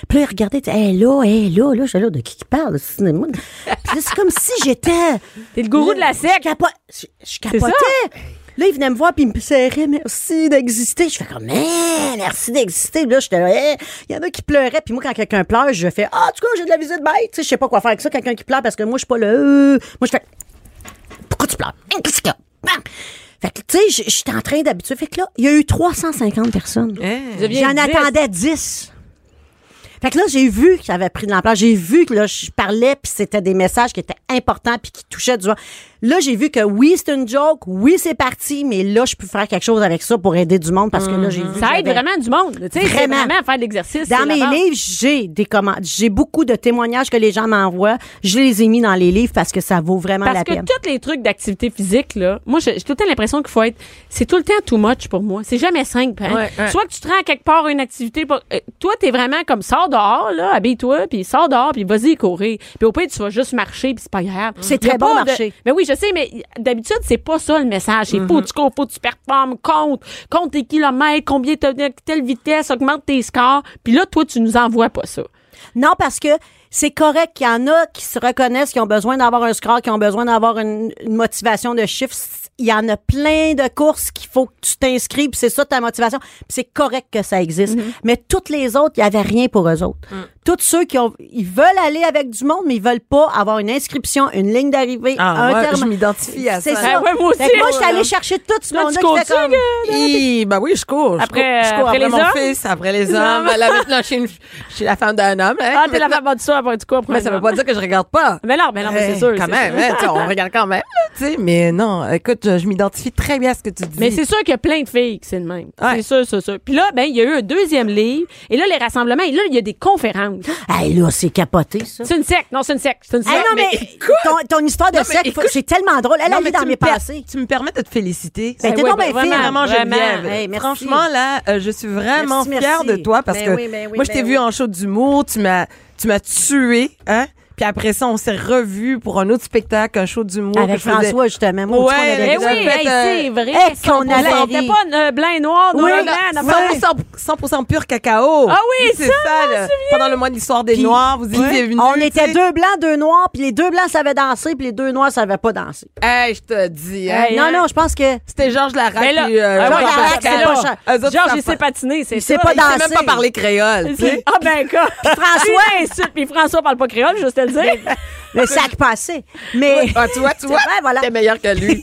Speaker 4: Puis là, il regardait, il était, Hey, là, hé, là, là, je suis là, de qui qui parle, de cinéma? Puis là, c'est comme si j'étais.
Speaker 3: T'es le gourou de la
Speaker 4: sec. Je, capo- je- je capotais. Là, il venait me voir puis il me serrait merci d'exister. Je fais comme Hein, merci d'exister. Puis Là, j'étais là, Hein. il y en a qui pleuraient puis moi quand quelqu'un pleure, je fais ah, en tout cas, j'ai de la visite bête, tu sais, je sais pas quoi faire avec ça quelqu'un qui pleure parce que moi je suis pas le euh. moi je fais pourquoi tu pleures Hein, Qu'est-ce qu'il y a Bam! Fait que tu sais, j- j'étais en train d'habituer. Fait que là, il y a eu 350 personnes.
Speaker 5: Hein?
Speaker 3: Vous aviez
Speaker 4: J'en
Speaker 3: dix.
Speaker 4: attendais 10. Fait que là, j'ai vu qu'il avait pris de l'ampleur. J'ai vu que là, je parlais, puis c'était des messages qui étaient importants, puis qui touchaient du vent. Là, j'ai vu que oui, c'est une joke, oui, c'est parti, mais là, je peux faire quelque chose avec ça pour aider du monde, parce que là, j'ai vu...
Speaker 3: Mhm. Ça aide
Speaker 4: j'avais-
Speaker 3: vraiment du monde. Tu sais, c'est
Speaker 4: Vraiment.
Speaker 3: vraiment à faire de l'exercice. c'est
Speaker 4: Dans
Speaker 3: la
Speaker 4: mes
Speaker 3: base.
Speaker 4: livres, j'ai des commandes. J'ai beaucoup de témoignages que les gens m'envoient. Je les ai mis dans les livres parce que ça vaut vraiment
Speaker 3: Parce
Speaker 4: la
Speaker 3: que
Speaker 4: peine.
Speaker 3: tous les trucs d'activité physique, là, moi, j'ai j'ai tout le temps l'impression qu'il faut être. C'est tout le temps too much pour moi. C'est jamais simple. hein.
Speaker 5: Ouais, ouais.
Speaker 3: Soit que tu te rends à quelque part à une activité. Pour, euh, toi, t'es vraiment comme sors dehors, là, habille-toi, puis sors dehors, puis vas-y courir. Puis au pire, tu vas juste marcher, puis c'est pas grave.
Speaker 4: C'est
Speaker 3: Il y a
Speaker 4: très bon
Speaker 3: pas de-
Speaker 4: marcher.
Speaker 3: Mais oui, je sais, mais d'habitude, c'est pas ça le message. C'est faut que tu cours, faut que tu performes, compte, compte tes kilomètres, combien t'as telle vitesse, augmente tes scores. Puis là, toi, tu nous envoies pas ça.
Speaker 4: Non, parce que c'est correct qu'il y en a qui se reconnaissent, qui ont besoin d'avoir un score, qui ont besoin d'avoir une, une motivation de chiffres. Il y en a plein de courses qu'il faut que tu t'inscris, puis c'est ça ta motivation. Puis c'est correct que ça existe.
Speaker 5: Mhm.
Speaker 4: Mais toutes les autres, il n'y avait rien pour eux autres.
Speaker 5: Mm.
Speaker 4: Tous ceux qui ont, ils veulent aller avec du monde, mais ils veulent pas avoir une inscription, une ligne d'arrivée,
Speaker 5: Ah,
Speaker 4: un
Speaker 5: moi,
Speaker 4: terme.
Speaker 5: je m'identifie à
Speaker 4: C'est
Speaker 5: ça. Ah
Speaker 4: ça.
Speaker 3: Ben ouais, moi aussi.
Speaker 4: Fait que moi, je suis
Speaker 3: Ouais.
Speaker 4: allée chercher tout ce
Speaker 3: Là, Ah, tu
Speaker 4: monde-là qui
Speaker 3: cours-tu,
Speaker 4: fait comme...
Speaker 3: gars?
Speaker 5: Hi, ben oui, je cours. Je
Speaker 3: Après-
Speaker 5: cours, je cours
Speaker 3: après les
Speaker 5: mon
Speaker 3: hommes?
Speaker 5: fils, après les hommes. Là, maintenant, je suis, une- je suis la femme d'un homme. hein.
Speaker 3: Ah, t'es la
Speaker 5: Maintenant-
Speaker 3: femme du soir, après du coup, après
Speaker 5: Mais ça
Speaker 3: un
Speaker 5: veut pas dire que je regarde pas.
Speaker 3: Mais non, mais non, mais c'est
Speaker 5: Eh,
Speaker 3: sûr.
Speaker 5: Quand
Speaker 3: c'est
Speaker 5: même,
Speaker 3: sûr.
Speaker 5: hein, tu sais, on regarde quand même, là, tu sais. Mais non, écoute, je, je m'identifie très bien à ce que tu dis.
Speaker 3: Mais c'est sûr qu'il y a plein de filles qui c'est le même.
Speaker 5: Ouais.
Speaker 3: C'est sûr, c'est sûr. Puis là, ben, il y a eu un deuxième livre. Et là, les rassemblements, et là, il y a des conférences.
Speaker 4: Hey, là, c'est capoté, ça.
Speaker 3: C'est une secte. Non, c'est une secte. C'est une
Speaker 4: Hey,
Speaker 3: secte.
Speaker 4: non, mais, ton, ton histoire de
Speaker 5: Non, mais
Speaker 4: sexe, faut-
Speaker 5: écoute-
Speaker 4: c'est tellement drôle. Elle,
Speaker 5: Non,
Speaker 4: elle
Speaker 5: mais
Speaker 4: est
Speaker 5: tu
Speaker 4: dans
Speaker 5: me
Speaker 4: mes
Speaker 5: per-
Speaker 4: pensées.
Speaker 5: Tu me permets de te féliciter.
Speaker 4: Ben,
Speaker 5: Ça-
Speaker 4: t'es
Speaker 3: ouais,
Speaker 4: donc
Speaker 3: ben,
Speaker 4: bien fine.
Speaker 3: vraiment,
Speaker 5: Geneviève,
Speaker 4: Hey, merci.
Speaker 5: Franchement, là, euh, je suis vraiment
Speaker 4: Merci,
Speaker 5: fière
Speaker 4: merci.
Speaker 5: de toi parce
Speaker 4: Ben
Speaker 5: que
Speaker 4: oui, ben oui,
Speaker 5: moi, je t'ai
Speaker 4: ben
Speaker 5: vu
Speaker 4: oui.
Speaker 5: en show d'humour, tu m'as, tu m'as tué, hein. Puis après ça, on s'est revus pour un autre spectacle, un show d'humour.
Speaker 4: Avec
Speaker 5: que je faisais.
Speaker 4: François, justement. Moi,
Speaker 5: Ouais,
Speaker 4: tu sais, on avait
Speaker 3: Eh
Speaker 5: mais
Speaker 4: dit-
Speaker 3: oui,
Speaker 5: vous faites,
Speaker 3: hey,
Speaker 5: euh,
Speaker 3: c'est vrai.
Speaker 4: hey,
Speaker 3: ça,
Speaker 4: qu'on
Speaker 3: on
Speaker 4: avait
Speaker 3: portait
Speaker 4: ri.
Speaker 3: pas une, euh, blanc et noir dans
Speaker 5: Oui,
Speaker 3: le
Speaker 5: là,
Speaker 3: blanc, dans le-
Speaker 5: 100%, 100% pur cacao.
Speaker 3: Ah oui, ça, je me
Speaker 5: là. Pendant le mois de l'histoire des
Speaker 4: Puis-
Speaker 5: Noirs, vous étiez venus.
Speaker 4: On
Speaker 5: tu
Speaker 4: était
Speaker 5: sais.
Speaker 4: deux blancs, deux noirs, puis les deux blancs savaient danser, puis les deux noirs savaient pas danser.
Speaker 5: Hey, je te dis. hein.
Speaker 3: Hey,
Speaker 4: non,
Speaker 3: hein?
Speaker 4: non, je pense que
Speaker 5: C'était Georges Larac
Speaker 3: Ben là,
Speaker 5: puis, euh,
Speaker 3: ah ouais,
Speaker 5: Jean-Pierre
Speaker 4: Larac,
Speaker 5: Percale.
Speaker 4: c'est là.
Speaker 5: Eux autres,
Speaker 3: Georges,
Speaker 5: ils
Speaker 3: il sait
Speaker 5: savent
Speaker 3: patiner, c'est
Speaker 4: Il
Speaker 3: ça.
Speaker 4: sait pas
Speaker 5: Il sait même
Speaker 4: danser.
Speaker 5: pas parler créole. tu sais.
Speaker 3: C'est- Ah ben quoi. François insulte, puis François parle pas créole, juste te le dire.
Speaker 4: le sac passait. Mais,
Speaker 5: Ah, tu vois, tu
Speaker 4: C'est
Speaker 5: vois,
Speaker 4: vrai, voilà.
Speaker 5: t'es meilleur que lui.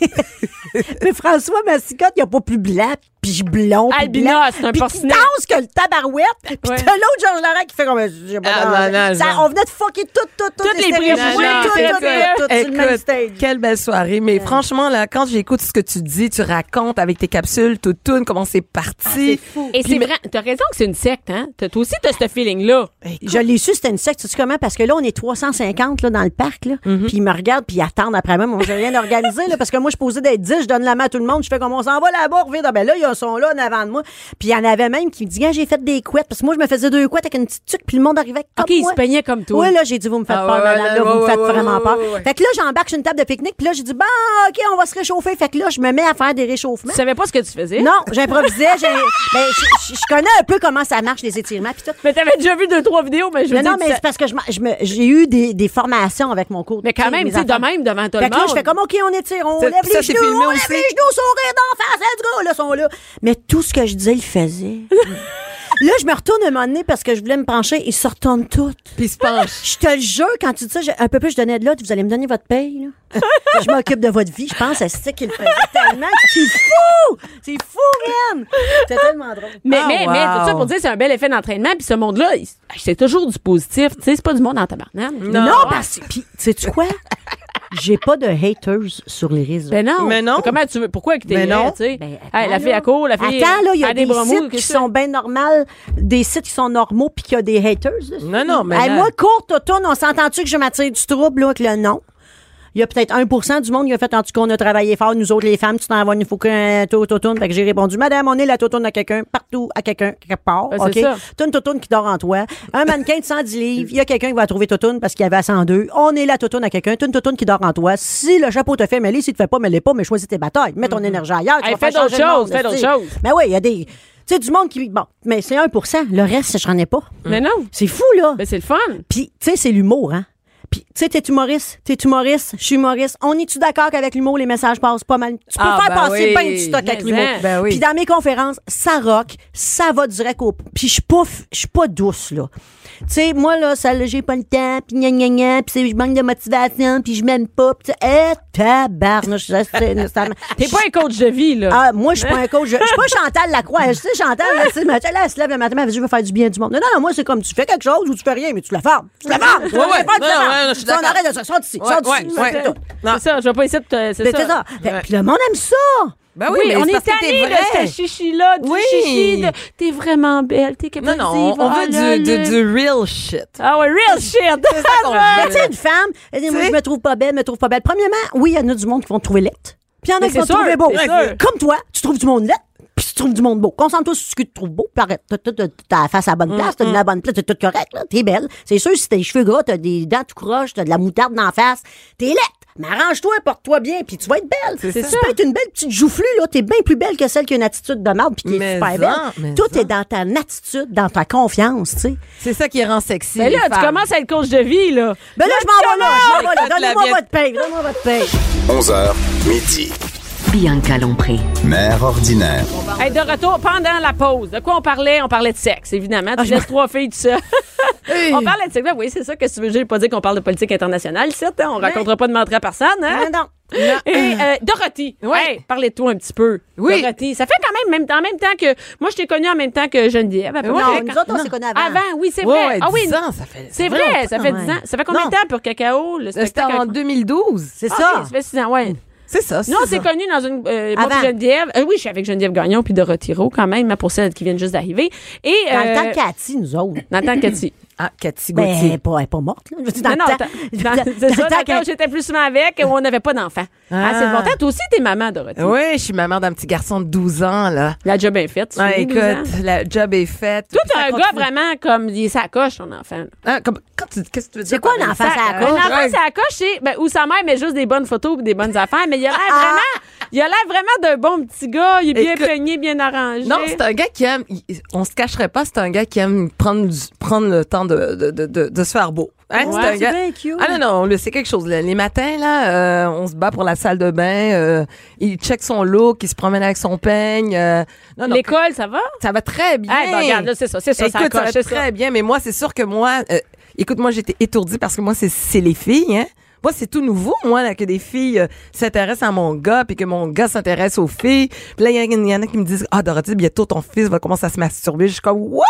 Speaker 4: mais François Massicotte, il a pas plus blanc puis blond, puis
Speaker 3: Albinos,
Speaker 4: blanc,
Speaker 3: c'est un
Speaker 4: puis qui
Speaker 3: porcinet.
Speaker 4: danse que le tabarouette, puis
Speaker 3: Ouais.
Speaker 4: t'as l'autre Georges Laurent qui fait comme... j'ai pas
Speaker 5: Ah,
Speaker 4: d'argent.
Speaker 5: non, non,
Speaker 4: Ça,
Speaker 5: non.
Speaker 4: on venait de fucker tout, tout, tout,
Speaker 3: Toutes les
Speaker 4: stéréotypes,
Speaker 3: préjugés,
Speaker 4: tout,
Speaker 3: c'est ça.
Speaker 4: tout, tout, tout, sur le même stage.
Speaker 5: Écoute, quelle belle soirée. Mais franchement, là, quand j'écoute ce que tu dis, tu racontes avec tes capsules, tout tourne, comment c'est parti.
Speaker 3: Et c'est vrai, t'as raison que c'est une secte, hein? T'as- Toi aussi, t'as ce feeling-là.
Speaker 4: Je l'ai su, c'était une secte. Tu sais comment? Parce que là, on est 350 là, dans le parc. Là.
Speaker 5: Mhm.
Speaker 4: Puis ils me regardent, puis ils attendent après moi. Moi, j'ai rien organisé. Là, parce que moi, je suis posée d'être 10, je donne la main à tout le monde. Je fais comme on s'en va là-bas, revient. Ah, Ben là, ils sont là en avant de moi. Puis il y en avait même qui me disaient, Ah, j'ai fait des couettes. Parce que moi, je me faisais deux couettes avec une petite tuque, puis le monde arrivait comme
Speaker 3: OK, ils
Speaker 4: moi.
Speaker 3: se peignaient comme toi.
Speaker 4: Oui, là, j'ai dit, vous me faites
Speaker 5: Ah,
Speaker 4: peur,
Speaker 5: ouais,
Speaker 4: madame.
Speaker 5: ouais,
Speaker 4: là, vous me
Speaker 5: ouais,
Speaker 4: faites
Speaker 5: ouais,
Speaker 4: vraiment
Speaker 5: ouais,
Speaker 4: peur.
Speaker 5: ouais, ouais.
Speaker 4: Fait que là, j'embarque sur une table de pique-nique, puis là, j'ai dit, bon, OK, on va se réchauffer. Fait que là, je me mets à faire des réchauffements.
Speaker 3: Tu savais pas ce que tu faisais?
Speaker 4: Non, j'improvisais. j'ai- ben, je- je je connais un peu comment ça marche, les étirements, puis tout.
Speaker 3: Mais t'avais déjà vu deux, trois vidéos, mais je veux
Speaker 4: Mais
Speaker 3: dire
Speaker 4: non,
Speaker 3: que
Speaker 4: mais
Speaker 3: ça-
Speaker 4: c'est parce que je m'en- je me- j'ai eu des, des formations avec mon cours. de
Speaker 3: Mais quand
Speaker 4: kick,
Speaker 3: même,
Speaker 4: mes
Speaker 3: tu sais, de
Speaker 4: enfants.
Speaker 3: même devant tout le
Speaker 4: Fait que là, je
Speaker 3: monde.
Speaker 4: fais comme, OK, on étire, on
Speaker 5: Ça-
Speaker 4: lève
Speaker 5: ça,
Speaker 4: les
Speaker 5: c'est
Speaker 4: genoux,
Speaker 5: filmé
Speaker 4: on lève
Speaker 5: aussi.
Speaker 4: les genoux, sourire d'en face, let's go, là, sont là. Mais tout ce que je disais, il faisait. là, je me retourne un moment donné parce que je voulais me pencher, ils se retournent toutes.
Speaker 5: Puis se penche.
Speaker 4: Je te le jure, quand tu dis ça, j'ai- un peu plus, je donnais de l'autre, vous allez me donner votre paye, là. je m'occupe de votre vie, je pense à ce qu'il faisait tellement. C'est fou! C'est fou, Ren! C'est tellement drôle.
Speaker 3: Mais,
Speaker 5: Ah,
Speaker 3: mais,
Speaker 5: wow.
Speaker 3: mais, tout ça pour dire, c'est un bel effet d'entraînement. Puis ce monde-là, il- c'est toujours du positif. Tu sais, c'est pas du monde en tabarnak.
Speaker 4: Non, parce que. Puis, sais-tu quoi? J'ai pas de haters sur les réseaux.
Speaker 3: Ben non.
Speaker 5: Mais non.
Speaker 3: Comment tu veux, pourquoi que t'es
Speaker 5: Mais non.
Speaker 3: tu sais?
Speaker 4: Ben,
Speaker 3: Hey, la
Speaker 4: attends,
Speaker 3: fille
Speaker 4: là.
Speaker 3: à court, la fille.
Speaker 4: Attends, là, il y a
Speaker 3: elle
Speaker 4: des,
Speaker 3: bras mous,
Speaker 4: sites qui
Speaker 3: qu'est-ce que
Speaker 4: sont bien normales, des sites qui sont normaux, puis qu'il y a des haters. dessus.
Speaker 5: Non, non, mais
Speaker 4: Hey,
Speaker 5: là-
Speaker 4: moi, courte automne, on s'entend-tu que je m'attire du trouble là, avec le nom? Il y a peut-être 1 du monde qui a fait en tout cas, on a travaillé fort, nous autres les femmes, tu t'en vas, il faut qu'un taux totoune. Fait que j'ai répondu, Madame, on est la totoune à quelqu'un, partout, à quelqu'un, quelque part.
Speaker 3: Ben,
Speaker 4: OK?
Speaker 3: c'est ça.
Speaker 4: T'as une totoune qui dort en toi. Un mannequin de 110 livres, il y a quelqu'un qui va la trouver totoune parce qu'il y avait à 102. On est la totoune à quelqu'un, t'as une totoune qui dort en toi. Si le chapeau te fait mêler, si tu te fais pas mêler pas, mais choisis tes batailles. Mets ton
Speaker 3: Mhm.
Speaker 4: énergie ailleurs. tu
Speaker 3: Hey,
Speaker 4: vas
Speaker 3: fais
Speaker 4: faire changer
Speaker 3: d'autres
Speaker 4: le
Speaker 3: choses,
Speaker 4: monde,
Speaker 3: fais d'autres
Speaker 4: tu sais.
Speaker 3: choses.
Speaker 4: Ben oui, il y a des. Tu sais, du monde qui. Bon, mais c'est 1 Le reste, je n'en ai pas.
Speaker 3: c'est? Mais non.
Speaker 4: C'est fou, là.
Speaker 3: Mais c'est le fun.
Speaker 4: Puis, tu sais, c'est l'humour, hein. Puis, tu sais, t'es humoriste, t'es humoriste, je suis humoriste. On est-tu d'accord qu'avec l'humour, les messages passent pas mal? Tu peux
Speaker 5: Ah,
Speaker 4: faire
Speaker 5: ben
Speaker 4: passer
Speaker 5: oui.
Speaker 4: plein de stock avec
Speaker 3: Mais
Speaker 4: l'humour.
Speaker 3: hein.
Speaker 5: Ben oui.
Speaker 4: Puis dans mes conférences, ça rock, ça va direct au... Puis je suis pas, f- je suis pas douce, là. Tu sais, moi, là, ça, là, j'ai pas le temps, puis gna gna gna, puis c'est- je manque de motivation, puis je m'aime pas, puis tu sais, eh, tabarnouche, ça, c'est- ça me-
Speaker 3: T'es pas un coach de vie, là.
Speaker 4: ah, moi, je suis pas un coach. Je je suis pas Chantal Lacroix. Je sais, Chantal, là, tu sais, Mathieu, là, elle se lève le matin, elle dit, je veux faire du bien du monde. Non, non, non, moi, c'est comme tu fais quelque chose ou tu fais rien, mais tu la formes. Tu la formes. Tu
Speaker 5: Ouais,
Speaker 4: la
Speaker 5: ouais.
Speaker 4: fais pas, tu
Speaker 5: Non,
Speaker 4: la
Speaker 5: non,
Speaker 4: formes.
Speaker 5: ouais, non, je suis
Speaker 4: Ça, on
Speaker 5: d'accord.
Speaker 4: arrête de ça. Sors d'ici. Sors
Speaker 5: Ouais,
Speaker 4: d'ici.
Speaker 5: ouais,
Speaker 4: C'est
Speaker 5: ouais.
Speaker 4: tout.
Speaker 5: Non. Ben,
Speaker 3: C'est ça, je vais pas essayer de te.
Speaker 4: Mais
Speaker 3: C'est
Speaker 4: c'est ça.
Speaker 3: ça. Ah
Speaker 4: Fait-
Speaker 5: Ouais.
Speaker 4: Puis le monde aime ça.
Speaker 5: Ben
Speaker 3: Oui,
Speaker 5: mais
Speaker 3: on
Speaker 5: c'est
Speaker 3: est
Speaker 5: parce que
Speaker 3: tanné
Speaker 5: t'es
Speaker 3: de
Speaker 5: vrai.
Speaker 3: ce chichi-là, du
Speaker 5: Oui.
Speaker 3: chichi, de t'es vraiment belle, t'es
Speaker 5: Non,
Speaker 3: capable
Speaker 5: non, on, on veut du, du, du real shit.
Speaker 3: Ah ouais, real shit!
Speaker 5: C'est ça qu'on
Speaker 4: Mais tu sais,
Speaker 5: veut.
Speaker 4: une femme, elle dit, moi,
Speaker 5: Tu sais.
Speaker 4: je me trouve pas belle, je me trouve pas belle. Premièrement, oui, il y en a du monde qui vont te trouver laite. Puis il y en
Speaker 3: Mais
Speaker 4: a qui vont
Speaker 3: c'est
Speaker 4: te trouver
Speaker 3: sûr,
Speaker 4: beau.
Speaker 3: c'est sûr.
Speaker 4: Comme toi, tu trouves du monde laite, puis tu trouves du monde beau. Concentre-toi sur ce que tu trouves beau, puis arrête. T'as- t'as- t'as- T'as la face à la bonne place, t'as la bonne place, t'es tout correct, là. T'es belle. C'est sûr, si t'as les cheveux gras, t'as des dents tout croches, t'as de la moutarde dans la face, t'es laite. Mais arrange-toi, porte-toi bien, puis tu vas être belle.
Speaker 5: C'est
Speaker 4: Tu peux être une belle petite joufflue, là. T'es bien plus belle que celle qui a une attitude de merde, puis qui est
Speaker 5: Mais
Speaker 4: super
Speaker 5: en, mais
Speaker 4: belle. Tout
Speaker 5: en.
Speaker 4: est dans ta attitude, dans ta confiance, tu sais.
Speaker 5: C'est ça qui rend sexy.
Speaker 3: Mais
Speaker 5: les
Speaker 3: Ben là, tu
Speaker 5: femmes.
Speaker 3: commences à être coach de vie, là.
Speaker 4: Ben là, je m'en vais là, je m'en vais là.
Speaker 5: Écoute, la
Speaker 4: Donnez-moi
Speaker 5: biette.
Speaker 4: votre paye, donnez-moi votre paye.
Speaker 2: 11h, midi.
Speaker 1: Bianca Lompré.
Speaker 2: Mère ordinaire.
Speaker 3: Hey, de retour pendant la pause. De quoi on parlait? On parlait de sexe, évidemment. Tu laisses trois filles, tout ça. on parlait de sexe. Ben oui, c'est ça que tu veux. J'ai pas dit qu'on parle de politique internationale. ici, hein. on racontera pas de mentir à personne. Hein?
Speaker 4: Non, non.
Speaker 3: Et, euh, Dorothy, hey, parlez-toi un petit peu.
Speaker 5: Oui.
Speaker 3: Dorothy, ça fait quand même, même en même temps que. Moi, je t'ai connue en même temps que Geneviève. à peu
Speaker 5: Ouais,
Speaker 3: près.
Speaker 4: Non,
Speaker 5: quand-
Speaker 4: nous autres, on s'est connus avant.
Speaker 3: Avant, oui, c'est
Speaker 5: Ouais,
Speaker 3: vrai.
Speaker 5: ouais,
Speaker 3: ah oui,
Speaker 5: 10 ans, ça fait.
Speaker 3: c'est
Speaker 5: vraiment
Speaker 3: vrai, ça
Speaker 4: pas
Speaker 3: fait
Speaker 4: mal.
Speaker 3: 10 ans. Ça fait combien de
Speaker 5: Non.
Speaker 3: temps pour Cacao? Le
Speaker 5: C'était
Speaker 3: spectacle
Speaker 5: en
Speaker 3: avec-
Speaker 5: 2012. C'est
Speaker 3: Ah, ok, ça fait 6 ans, ouais.
Speaker 5: C'est ça.
Speaker 3: Non, c'est
Speaker 5: ça.
Speaker 3: connu dans une. euh, moi
Speaker 4: Avant.
Speaker 3: puis Geneviève. euh, oui, je suis avec Geneviève Gagnon puis Dorothy Rowe quand même, hein, pour celles qui viennent juste d'arriver. Et.
Speaker 4: Dans le
Speaker 3: euh,
Speaker 4: temps de Cathy, nous autres.
Speaker 3: Dans le temps que tu.
Speaker 5: Ah, Cathy
Speaker 4: Ben, elle
Speaker 5: Gauthier.
Speaker 4: est pas, elle est pas morte, là. Je veux dire, dans
Speaker 3: Non, non,
Speaker 4: le
Speaker 3: t'as-
Speaker 4: temps.
Speaker 3: dans- c'est ça, dans le temps où j'étais plus souvent avec, où on n'avait pas d'enfants. Ah,
Speaker 5: Ah.
Speaker 3: c'est le bon temps. Toi aussi, t'es maman, Dorothy.
Speaker 5: Oui, je suis maman d'un petit garçon de 12 ans, là.
Speaker 3: La job est faite. tu
Speaker 5: Ah,
Speaker 3: finis
Speaker 5: écoute,
Speaker 3: 12 ans.
Speaker 5: la job est faite.
Speaker 3: Toi, t'es
Speaker 5: Ça
Speaker 3: un
Speaker 5: continue.
Speaker 3: gars vraiment comme il s'acoche, ton enfant.
Speaker 5: Hein, comme- quand tu- Qu'est-ce que tu veux dire?
Speaker 4: C'est quoi
Speaker 5: par
Speaker 4: un
Speaker 5: là?
Speaker 4: enfant, ça
Speaker 3: Un
Speaker 4: raconte?
Speaker 3: enfant s'acoche, c'est. Ben, ou sa mère met juste des bonnes photos et des bonnes affaires, mais il a l'air vraiment. Il a l'air vraiment d'un bon petit gars. Il est bien
Speaker 5: Écoute-
Speaker 3: peigné, bien arrangé.
Speaker 5: Non, c'est un gars qui aime. il- on se cacherait pas, c'est un gars qui aime prendre, du- prendre le temps de, de, de, de, de se faire beau. Hein,
Speaker 4: Ouais,
Speaker 5: c'est un
Speaker 4: c'est
Speaker 5: gars.
Speaker 4: bien cute.
Speaker 5: Ah non, non, le- c'est quelque chose. là. Les matins, là, euh, on se bat pour la salle de bain. euh, il check son look, il se promène avec son peigne. euh, non, non,
Speaker 3: L'école, ça va?
Speaker 5: ça va très bien.
Speaker 3: Eh ben, regarde, là, c'est ça, c'est ça, ça
Speaker 5: Écoute, ça
Speaker 3: accroche,
Speaker 5: va
Speaker 3: c'est
Speaker 5: très
Speaker 3: ça.
Speaker 5: euh, bien, mais moi, c'est sûr que moi, euh, écoute, moi, j'étais étourdie parce que moi, c'est, c'est les filles, hein. Moi, c'est tout nouveau, moi, là, que des filles euh, s'intéressent à mon gars, puis que mon gars s'intéresse aux filles. Puis là, il y, en- il y en a qui me disent, ah, Dorothée, bientôt ton fils va commencer à se masturber. Je suis comme, what?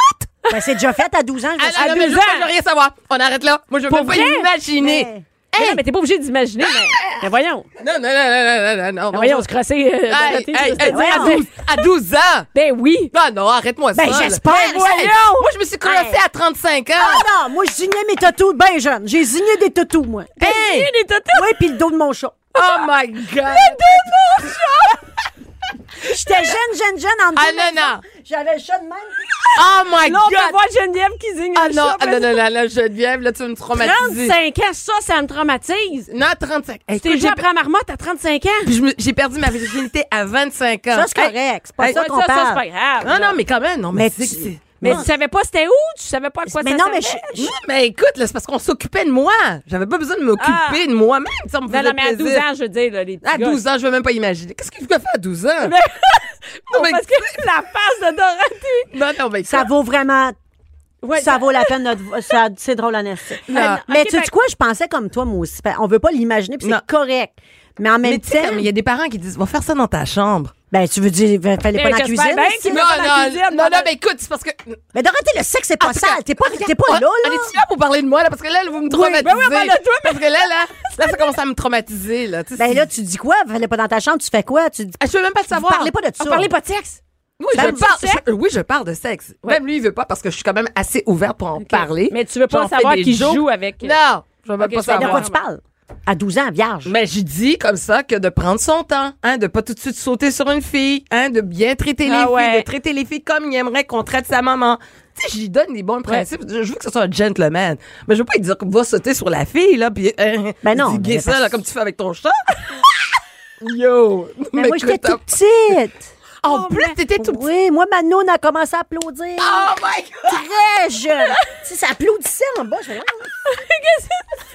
Speaker 4: Ben, c'est déjà fait à 12 ans. Je me
Speaker 5: Ah,
Speaker 4: suis-
Speaker 5: non, mais
Speaker 3: deux
Speaker 5: juste,
Speaker 3: ans.
Speaker 5: moi, je veux rien savoir. On arrête là. Moi, je veux
Speaker 3: Pour
Speaker 5: même pas
Speaker 3: vrai?
Speaker 5: imaginer.
Speaker 4: Hey.
Speaker 3: Mais non, mais t'es pas obligé d'imaginer, mais, mais voyons.
Speaker 5: Non, non, non, non, non, non, non.
Speaker 3: Mais voyons, on se crossait. euh, dans
Speaker 5: Hey,
Speaker 3: notre
Speaker 5: hey,
Speaker 3: tête,
Speaker 5: hey,
Speaker 3: voyons.
Speaker 5: à, 12, à 12 ans!
Speaker 3: Ben oui.
Speaker 5: Non, non, arrête-moi ça.
Speaker 4: Ben,
Speaker 5: là.
Speaker 4: j'espère,
Speaker 5: Hey,
Speaker 4: voyons.
Speaker 5: hey, Moi, je me suis crossée à 35 ans.
Speaker 4: Ah non, moi, je zignais mes tatous bien jeunes. J'ai zigné des tatous, moi.
Speaker 5: Hey!
Speaker 3: Il est total.
Speaker 4: Oui, puis le dos de mon chat.
Speaker 5: Oh my God! Le
Speaker 4: J'étais jeune, jeune, jeune en
Speaker 5: Ah
Speaker 4: deux
Speaker 5: non,
Speaker 4: maisons.
Speaker 5: non.
Speaker 4: J'avais le chat de même.
Speaker 5: Oh my
Speaker 3: Là, on peut
Speaker 5: God!
Speaker 3: voir Geneviève qui zigne
Speaker 5: Ah
Speaker 3: le
Speaker 5: non,
Speaker 3: chat,
Speaker 5: ah,
Speaker 3: parce
Speaker 5: non, non, non, non, Geneviève, là, tu me traumatises.
Speaker 3: 35 ans, ça, ça me traumatise.
Speaker 5: Non, 35. Hey,
Speaker 3: T'es
Speaker 5: écoute,
Speaker 3: déjà
Speaker 5: j'ai-
Speaker 3: après la marmotte à 35 ans.
Speaker 5: puis je me- j'ai perdu ma virginité à 25 ans.
Speaker 4: Ça, c'est
Speaker 5: Hey,
Speaker 4: correct. C'est pas
Speaker 5: hey,
Speaker 4: ça
Speaker 3: Ouais,
Speaker 4: qu'on
Speaker 3: ça, ça, c'est
Speaker 4: parle.
Speaker 3: pas grave.
Speaker 5: Non,
Speaker 3: là.
Speaker 5: non, mais quand même, non, mais,
Speaker 4: Mais
Speaker 5: c'est
Speaker 4: tu-
Speaker 5: que c'est-
Speaker 3: Mais
Speaker 5: non.
Speaker 3: tu savais pas c'était où? Tu savais pas à quoi
Speaker 4: Mais
Speaker 3: ça
Speaker 4: non, mais
Speaker 3: servait?
Speaker 4: je- je-
Speaker 5: Non, mais écoute, là, c'est parce qu'on s'occupait de moi. J'avais pas besoin de m'occuper
Speaker 3: Ah.
Speaker 5: de moi-même. Ça me
Speaker 3: Non,
Speaker 5: faisait
Speaker 3: non, mais à 12
Speaker 5: plaisir.
Speaker 3: ans, je veux dire, là, les petits
Speaker 5: À
Speaker 3: gars,
Speaker 5: 12 ans, je veux même pas imaginer. Qu'est-ce qu'il fait à 12 ans?
Speaker 3: Mais-
Speaker 5: non, mais,
Speaker 3: Parce que la face de Dorothée.
Speaker 5: non, non, mais
Speaker 4: Ça vaut vraiment.
Speaker 3: Ouais,
Speaker 4: ça vaut la peine notre. ça- C'est drôle, en esti.
Speaker 5: Euh, Non.
Speaker 4: Mais
Speaker 3: Ok,
Speaker 4: tu
Speaker 3: fait-
Speaker 4: sais quoi, je pensais comme toi, moi aussi. Fait, On veut pas l'imaginer, puis
Speaker 5: Non.
Speaker 4: c'est correct. Mais en même
Speaker 5: Mais tu sais,
Speaker 4: temps,
Speaker 5: comme il y a des parents qui disent, va faire ça dans ta chambre.
Speaker 4: ben, tu veux dire, fa- fallait pas
Speaker 3: Eh,
Speaker 4: dans la
Speaker 3: j'espère
Speaker 4: cuisine.
Speaker 3: bien
Speaker 4: esti.
Speaker 3: qu'il
Speaker 5: Non,
Speaker 3: va- dans la
Speaker 5: non,
Speaker 3: cuisine,
Speaker 5: non,
Speaker 3: dans
Speaker 5: non,
Speaker 3: la-
Speaker 5: mais écoute, c'est parce que.
Speaker 4: Mais Dorothée, le sexe,
Speaker 5: Ah,
Speaker 4: c'est pas sale. T'es pas, t'es pas là,
Speaker 5: On
Speaker 4: là.
Speaker 5: est là Ah, pour parler de moi, là, parce que là, là, vous me traumatisez.
Speaker 3: ben oui, on parle de toi, mais-
Speaker 5: Parce que là, là, là, ça commence à me traumatiser, là. tu sais,
Speaker 4: Ben
Speaker 5: c'est-
Speaker 4: là, tu dis quoi? Fallait pas dans ta chambre, tu fais quoi? Tu dis.
Speaker 5: Ah, Je veux même pas le
Speaker 4: Vous
Speaker 5: savoir. Ah,
Speaker 4: parlez pas de ça.
Speaker 3: On parlait pas de sexe.
Speaker 5: Oui,
Speaker 4: Ben,
Speaker 5: je
Speaker 4: tu
Speaker 5: parle,
Speaker 4: sais.
Speaker 5: je- euh, oui, je parle de sexe. Même lui, il veut pas parce que je suis quand même assez ouverte pour en parler.
Speaker 3: Mais tu veux pas
Speaker 5: J'en fais
Speaker 3: savoir
Speaker 5: des
Speaker 3: qui
Speaker 5: jokes.
Speaker 3: joue avec.
Speaker 5: Non, je veux même
Speaker 3: Ok, je
Speaker 5: pas
Speaker 3: vais
Speaker 4: De
Speaker 5: savoir.
Speaker 4: quoi tu parles? À 12 ans, vierge.
Speaker 5: Mais j'ai dit comme ça que de prendre son temps, hein, de pas tout de suite sauter sur une fille, hein, de bien traiter les
Speaker 3: Ah ouais.
Speaker 5: filles, de traiter les filles comme il aimerait qu'on traite sa maman. Tu sais, j'y donne des bons principes. Je veux que ce soit un gentleman. Mais je veux pas lui dire qu'on va sauter sur la fille, là, puis euh,
Speaker 4: Ben non,
Speaker 5: diguer
Speaker 4: mais
Speaker 5: ça,
Speaker 4: parce-
Speaker 5: là, comme tu fais avec ton chat. Yo!
Speaker 4: Mais Ben, moi, j'étais
Speaker 5: écoute,
Speaker 4: toute petite.
Speaker 5: En plus, t'étais tout petit.
Speaker 4: Oui, moi, Manon on a commencé à applaudir.
Speaker 5: Oh my God!
Speaker 4: Très jeune. tu sais, ça applaudissait en bas. Je fais,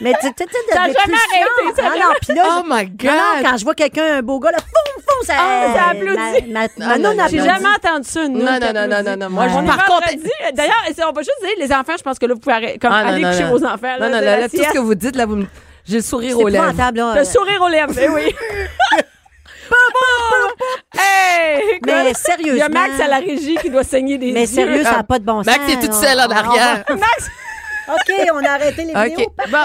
Speaker 4: Mais tu sais, tu sais, tu sais,
Speaker 3: Ça a
Speaker 4: de- de
Speaker 3: jamais
Speaker 4: plus
Speaker 3: arrêté, ça a
Speaker 4: Non, non, puis là,
Speaker 5: Oh
Speaker 4: je-
Speaker 5: my
Speaker 4: non, non,
Speaker 5: God!
Speaker 4: quand je vois quelqu'un, un beau gars, là, foum, foum, ça.
Speaker 3: Ah, ça
Speaker 4: euh,
Speaker 3: applaudit.
Speaker 4: ma- ma-
Speaker 5: Ah, non,
Speaker 4: Manon
Speaker 5: non,
Speaker 4: a
Speaker 3: J'ai
Speaker 5: non,
Speaker 4: applaudi.
Speaker 3: jamais entendu ça, nous.
Speaker 5: Non, non,
Speaker 3: qui
Speaker 5: non, non,
Speaker 3: applaudit.
Speaker 5: non, non, moi, je-
Speaker 3: On est
Speaker 5: par contre-
Speaker 3: vendredi. D'ailleurs, c'est- on va juste dire, les enfants, je pense que là, vous pouvez arrêter- comme,
Speaker 5: Ah, non,
Speaker 3: aller
Speaker 5: non,
Speaker 3: coucher
Speaker 5: non.
Speaker 3: vos enfants. Là,
Speaker 5: Non, non,
Speaker 3: de
Speaker 5: là,
Speaker 3: la
Speaker 5: là, tout ce
Speaker 3: sieste.
Speaker 5: que vous dites, là, vous me- j'ai le sourire
Speaker 4: C'est
Speaker 5: aux lèvres.
Speaker 4: épouvantable, là.
Speaker 3: Le sourire aux lèvres, eh oui. Hey, écoute,
Speaker 4: Mais
Speaker 3: Il y a
Speaker 4: sérieusement.
Speaker 3: Max à la régie qui doit saigner des yeux. Ah,
Speaker 4: Mais sérieux, ça n'a pas de bon sens.
Speaker 5: Ah. Max, t'es toute seule en
Speaker 4: On- on-
Speaker 5: arrière.
Speaker 3: Max,
Speaker 4: Ah, OK, on a arrêté les vidéos.
Speaker 5: OK. Bon.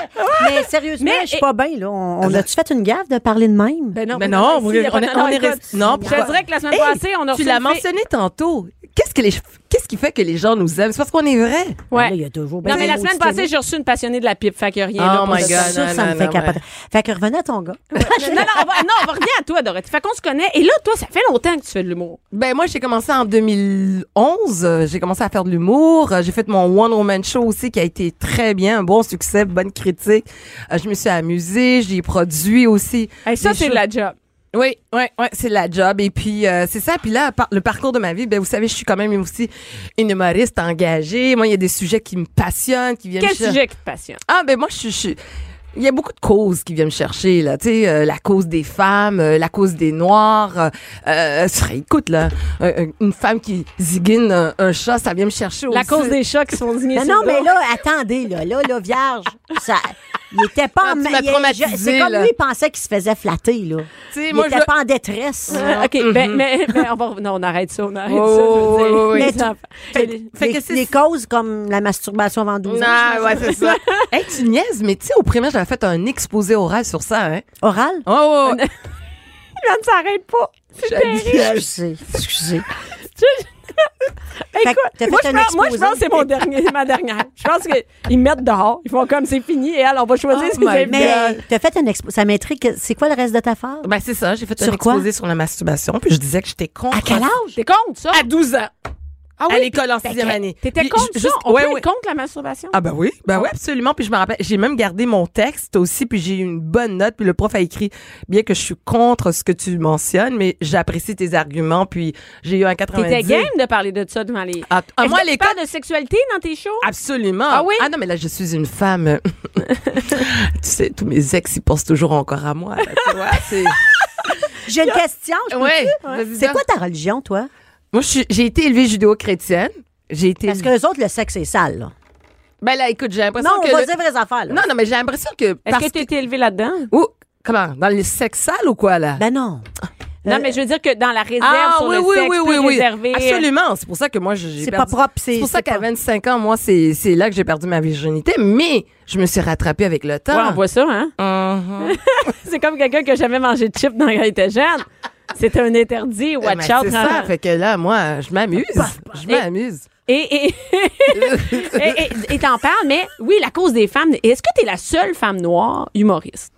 Speaker 4: Mais sérieusement,
Speaker 3: Mais-
Speaker 4: je suis pas bien, là. On, on a-tu fait une gaffe de parler de même?
Speaker 3: Ben non,
Speaker 5: Mais non,
Speaker 3: on est
Speaker 5: on est- on est
Speaker 3: écoute,
Speaker 5: resté- non,
Speaker 3: Je
Speaker 5: pourquoi?
Speaker 3: te dirais que la semaine
Speaker 5: Hey,
Speaker 3: passée, on a reçu
Speaker 5: Tu l'as
Speaker 3: une fille-
Speaker 5: mentionné tantôt. Qu'est-ce que les qu'est-ce qui fait que les gens nous aiment C'est parce qu'on est vrai.
Speaker 3: Ouais.
Speaker 4: Là, il y a toujours bien
Speaker 3: Non, mais la
Speaker 4: des
Speaker 3: semaine
Speaker 4: mots de
Speaker 3: passée, j'ai reçu une passionnée de la pipe. Fait qu'il n'y a rien
Speaker 5: Ben, Oh
Speaker 3: là pour
Speaker 5: my
Speaker 3: se-
Speaker 5: God,
Speaker 4: Ça, ça,
Speaker 5: non,
Speaker 4: ça
Speaker 5: non,
Speaker 4: me fait
Speaker 5: non,
Speaker 4: capoter. Fait que revenez à ton gars.
Speaker 3: Non, non, on va, non, on va revenir à toi, Dorothée. Fait qu'on se connaît. Et là, toi, ça fait longtemps que tu fais de l'humour.
Speaker 5: Ben moi j'ai commencé en 2011, euh, j'ai commencé à faire de l'humour, Euh, j'ai fait mon one woman show aussi qui a été très bien, un bon succès, bonne critique. Euh, je me suis amusée, j'ai produit aussi.
Speaker 3: Hey, ça,
Speaker 5: des
Speaker 3: c'est de
Speaker 5: shows.
Speaker 3: la job.
Speaker 5: Oui, oui, oui, c'est la job. Et puis, euh, c'est ça. Puis là, par- le parcours de ma vie, ben, vous savez, je suis quand même aussi une humoriste engagée. Moi, il y a des sujets qui me passionnent, qui viennent
Speaker 3: Quel
Speaker 5: me cher-
Speaker 3: sujet qui te passionne?
Speaker 5: Ah, ben moi, je suis... je suis- Il y a beaucoup de causes qui viennent me chercher, là. Tu sais, euh, la cause des femmes, euh, la cause des Noirs. Euh, euh, ça, écoute, là, euh, une femme qui ziguine un, un chat, ça vient me chercher
Speaker 3: La
Speaker 5: aussi.
Speaker 3: cause des chats qui sont dignés
Speaker 4: Mais non, mais là, attendez, là, là, là, vierge, ça, il était pas
Speaker 5: Ah,
Speaker 4: en
Speaker 5: tu m'as
Speaker 4: il-
Speaker 5: traumatisée,
Speaker 4: C'est comme
Speaker 5: là.
Speaker 4: lui, il pensait qu'il se faisait flatter, là.
Speaker 5: Tu sais,
Speaker 4: Il
Speaker 5: moi, je...
Speaker 4: était pas en détresse.
Speaker 5: Ah.
Speaker 3: OK, ben,
Speaker 5: Mm-hmm.
Speaker 3: mais, mais on va... Non, on arrête ça, on arrête
Speaker 5: Oh,
Speaker 3: ça. je veux dire.
Speaker 5: oui, oui, oui.
Speaker 3: Les
Speaker 4: Mais
Speaker 3: enfants. Les-
Speaker 5: Fait
Speaker 4: Les-
Speaker 5: que c'est-
Speaker 4: les causes comme la masturbation avant 12 ans. je pense.
Speaker 5: Non, Ah, ouais, c'est ça. hey, tu niaises, mais tu sais, au primaire, j'avais fait un exposé oral sur ça, hein.
Speaker 4: Orale?
Speaker 5: Oh, ouais, ouais.
Speaker 3: Là, ne s'arrête pas.
Speaker 4: Excusez, excusez. Fait que t'as
Speaker 3: Écoute, moi,
Speaker 4: fait
Speaker 3: je
Speaker 4: un
Speaker 3: pense, moi, je
Speaker 4: exposé.
Speaker 3: pense que c'est mon dernier, ma dernière. Je pense qu'ils me mettent dehors. Ils font comme c'est fini et alors on va choisir
Speaker 5: Oh
Speaker 3: ce qu'ils
Speaker 5: my
Speaker 3: aiment.
Speaker 4: Mais t'as fait un expo. Ça m'intrigue. C'est quoi le reste de ta affaire?
Speaker 5: Ben, c'est ça, j'ai fait un
Speaker 4: Sur quoi?
Speaker 5: exposé sur la masturbation, puis je disais que j'étais contre.
Speaker 4: À quel âge?
Speaker 3: Ah, T'es contre ça?
Speaker 5: À 12 ans.
Speaker 3: Ah
Speaker 5: à l'école en sixième année.
Speaker 3: T'étais
Speaker 5: Puis
Speaker 3: contre
Speaker 5: ju-
Speaker 3: ça?
Speaker 5: juste-
Speaker 3: On
Speaker 5: ouais,
Speaker 3: peut
Speaker 5: ouais.
Speaker 3: être contre la masturbation?
Speaker 5: Ah ben oui, ben oui, absolument. Puis je me rappelle, j'ai même gardé mon texte aussi, puis j'ai eu une bonne note. Puis le prof a écrit, bien que je suis contre ce que tu mentionnes, mais j'apprécie tes arguments. Puis j'ai eu un 90.
Speaker 3: T'étais game de parler de ça devant les...
Speaker 5: Ah, t- ah,
Speaker 3: Est-ce
Speaker 5: moi,
Speaker 3: que
Speaker 5: à
Speaker 3: tu
Speaker 5: l'école,
Speaker 3: parles de sexualité dans tes shows?
Speaker 5: absolument.
Speaker 3: Ah oui?
Speaker 5: Ah non, mais là, je suis une femme. tu sais, tous mes ex, ils pensent toujours encore à moi. là, tu vois, c'est...
Speaker 4: J'ai une question. je peux-
Speaker 5: Ouais, vas-y,
Speaker 4: C'est
Speaker 5: donc.
Speaker 4: quoi ta religion, toi?
Speaker 5: Moi, je suis- j'ai été élevée judéo-chrétienne. J'ai été
Speaker 4: Parce que les autres, le sexe est sale, là.
Speaker 5: Ben là, écoute, j'ai l'impression
Speaker 4: Non,
Speaker 5: que.
Speaker 4: on va
Speaker 5: le-
Speaker 4: dire vraies affaires. là.
Speaker 5: Non, non, mais j'ai l'impression que.
Speaker 3: Est-ce
Speaker 5: parce
Speaker 3: que tu étais élevé là-dedans?
Speaker 5: Ouh, comment? Dans les sexes sales ou quoi, là?
Speaker 4: Ben non.
Speaker 3: Non, mais je veux dire que dans la réserve
Speaker 5: ah,
Speaker 3: sur
Speaker 5: oui,
Speaker 3: le
Speaker 5: oui,
Speaker 3: sexe, euh,
Speaker 5: oui,
Speaker 3: tu
Speaker 5: oui,
Speaker 3: peux
Speaker 5: oui.
Speaker 3: réserver.
Speaker 5: Absolument. C'est pour ça que moi, j'ai j'ai
Speaker 4: C'est pas
Speaker 5: perdu-
Speaker 4: propre, c'est-
Speaker 5: C'est pour
Speaker 4: c'est
Speaker 5: ça qu'à
Speaker 4: pas-
Speaker 5: 25 ans, moi, c'est c'est là que j'ai perdu ma virginité, mais je me suis rattrapée avec le
Speaker 3: Ouais, on
Speaker 5: temps.
Speaker 3: voit ça, hein?
Speaker 5: Mhm.
Speaker 3: C'est comme quelqu'un qui a jamais mangé de chips dans quand il était jeune. C'était un interdit,
Speaker 5: Ben,
Speaker 3: watch out. hein?
Speaker 5: C'est ça, fait que là, moi, je m'amuse. Je m'amuse.
Speaker 3: Et et- et- et- et t'en parles, mais oui, la cause des femmes. Est-ce que t'es la seule femme noire humoriste?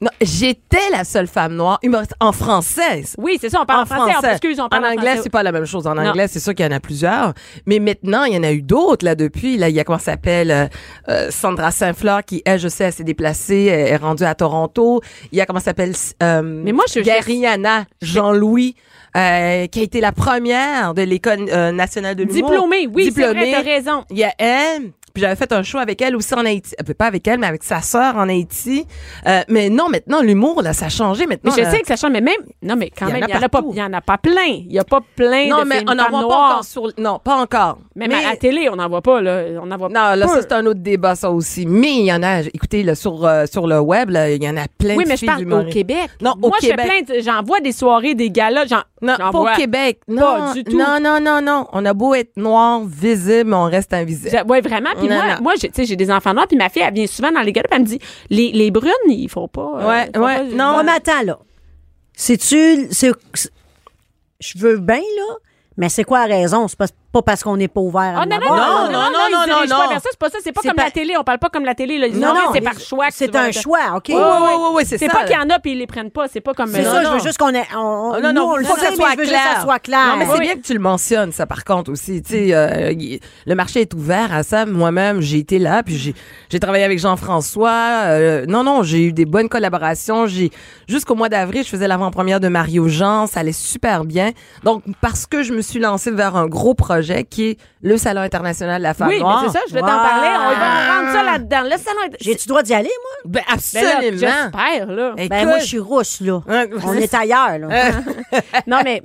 Speaker 5: Non, j'étais la seule femme noire humoriste en française.
Speaker 3: Oui, c'est ça, on parle en, français. on- excuse, on parle
Speaker 5: en anglais,
Speaker 3: français.
Speaker 5: c'est pas la même chose. En
Speaker 3: Non.
Speaker 5: anglais, c'est sûr qu'il y en a plusieurs. Mais maintenant, il y en a eu d'autres, là, depuis. Là, il y a, comment ça s'appelle, euh, euh, Sandra Saint-Fleur, qui, elle, je sais, elle s'est déplacée, elle est rendue à Toronto. Il y a, comment ça s'appelle, euh,
Speaker 3: Mais moi, je-
Speaker 5: Gariana Jean-Louis, euh, qui a été la première de l'École euh, nationale de l'humour.
Speaker 3: Diplômée, oui, c'est vrai,
Speaker 5: Diplômée.
Speaker 3: t'as raison.
Speaker 5: Il y a elle. Puis j'avais fait un show avec elle aussi en Haïti. Euh, Pas avec elle, mais avec sa sœur en Haïti. Euh, mais non, maintenant, l'humour, là, ça a changé.
Speaker 3: Mais
Speaker 5: Maintenant,
Speaker 3: je
Speaker 5: là-
Speaker 3: sais que ça change, mais même. Non, mais quand
Speaker 5: Il y en
Speaker 3: même,
Speaker 5: a
Speaker 3: il y en a pas-
Speaker 5: partout.
Speaker 3: il y en a pas plein. Il y a pas plein
Speaker 5: Non,
Speaker 3: de
Speaker 5: mais
Speaker 3: films
Speaker 5: on n'en
Speaker 3: femmes
Speaker 5: voit pas
Speaker 3: noires.
Speaker 5: encore sur... Non, pas encore.
Speaker 3: Même
Speaker 5: Mais-
Speaker 3: à la télé, on n'en voit pas, là. On n'en voit
Speaker 5: Non, là,
Speaker 3: peu.
Speaker 5: ça, c'est un autre débat, ça aussi. Mais il y en a, écoutez, là, sur, euh, sur le web, là, il y en a plein
Speaker 3: Oui,
Speaker 5: de
Speaker 3: mais je
Speaker 5: filles
Speaker 3: parle au
Speaker 5: humoristes.
Speaker 3: Québec.
Speaker 5: Non, au
Speaker 3: Moi, je fais
Speaker 5: Québec.
Speaker 3: plein de- j'en vois des soirées, des galas, j'en
Speaker 5: Non,
Speaker 3: j'en
Speaker 5: pas
Speaker 3: vois.
Speaker 5: au Québec. Non,
Speaker 3: Pas du tout.
Speaker 5: Non, non, non, non. On a beau être noir, visible, mais on reste invisible.
Speaker 3: Oui, vraiment. Puis
Speaker 5: Non,
Speaker 3: moi,
Speaker 5: non.
Speaker 3: moi j'ai- tu sais, j'ai des enfants noirs, puis ma fille, elle vient souvent dans les galas, puis elle me dit, les, les brunes, ils font pas... euh,
Speaker 5: Ouais,
Speaker 3: ils font
Speaker 5: ouais,
Speaker 3: pas-
Speaker 5: non.
Speaker 4: Ouais, mais attends, là. C'est-tu. c'est- c'est- Je veux bien, là, mais c'est quoi la raison? C'est pas, pas parce qu'on n'est pas ouvert à
Speaker 3: Ah
Speaker 4: en
Speaker 3: non, non, non,
Speaker 4: avoir,
Speaker 3: non, non,
Speaker 4: là.
Speaker 3: non,
Speaker 5: non,
Speaker 3: ils se
Speaker 5: non,
Speaker 3: dirigent
Speaker 5: non.
Speaker 3: pas vers ça, c'est pas ça, c'est pas
Speaker 4: C'est
Speaker 3: comme
Speaker 4: pas-
Speaker 3: la télé, on parle pas comme la télé, là. Ils
Speaker 4: Non,
Speaker 3: disent,
Speaker 4: non,
Speaker 3: c'est
Speaker 4: mais
Speaker 3: par choix. que
Speaker 4: C'est
Speaker 3: tu vas-
Speaker 4: un choix, OK?
Speaker 5: Oui, oui, oui, oui, c'est
Speaker 3: C'est
Speaker 5: ça.
Speaker 3: pas qu'il y en a, puis ils les prennent pas, c'est pas comme... euh,
Speaker 4: C'est
Speaker 5: Non,
Speaker 4: ça,
Speaker 5: non.
Speaker 4: je veux juste qu'on ait. on-
Speaker 5: Ah, non, non,
Speaker 4: nous, on le
Speaker 5: faut que
Speaker 4: sait,
Speaker 5: ça
Speaker 4: mais
Speaker 5: soit
Speaker 4: je veux juste que ça
Speaker 5: clair.
Speaker 4: soit clair.
Speaker 5: Non, mais c'est
Speaker 3: Oui.
Speaker 5: bien que tu le mentionnes, ça, par contre, aussi. Tu sais, euh, y- le marché est ouvert à ça. Moi-même, j'ai été là, puis j'ai, j'ai travaillé avec Jean-François. Euh, non, non, j'ai eu des bonnes collaborations. J'ai, jusqu'au mois d'avril, je faisais l'avant-première de Mario Jean. Ça allait super bien. Donc, parce que je me suis lancée vers un gros projet qui est le Salon international de la femme
Speaker 3: Oui, mais
Speaker 5: noire.
Speaker 3: c'est ça, je vais t'en
Speaker 4: Wow.
Speaker 3: parler, on va rendre ça là-dedans. Le salon... est-
Speaker 4: J'ai-tu le droit d'y aller, moi?
Speaker 5: Ben,
Speaker 3: Ben là,
Speaker 5: absolument.
Speaker 3: J'espère, là.
Speaker 5: Écoute,
Speaker 4: Ben, moi, je suis rousse, là.
Speaker 5: Ouais,
Speaker 4: On
Speaker 5: c'est-
Speaker 4: est ailleurs, là.
Speaker 3: Eh, Non, mais...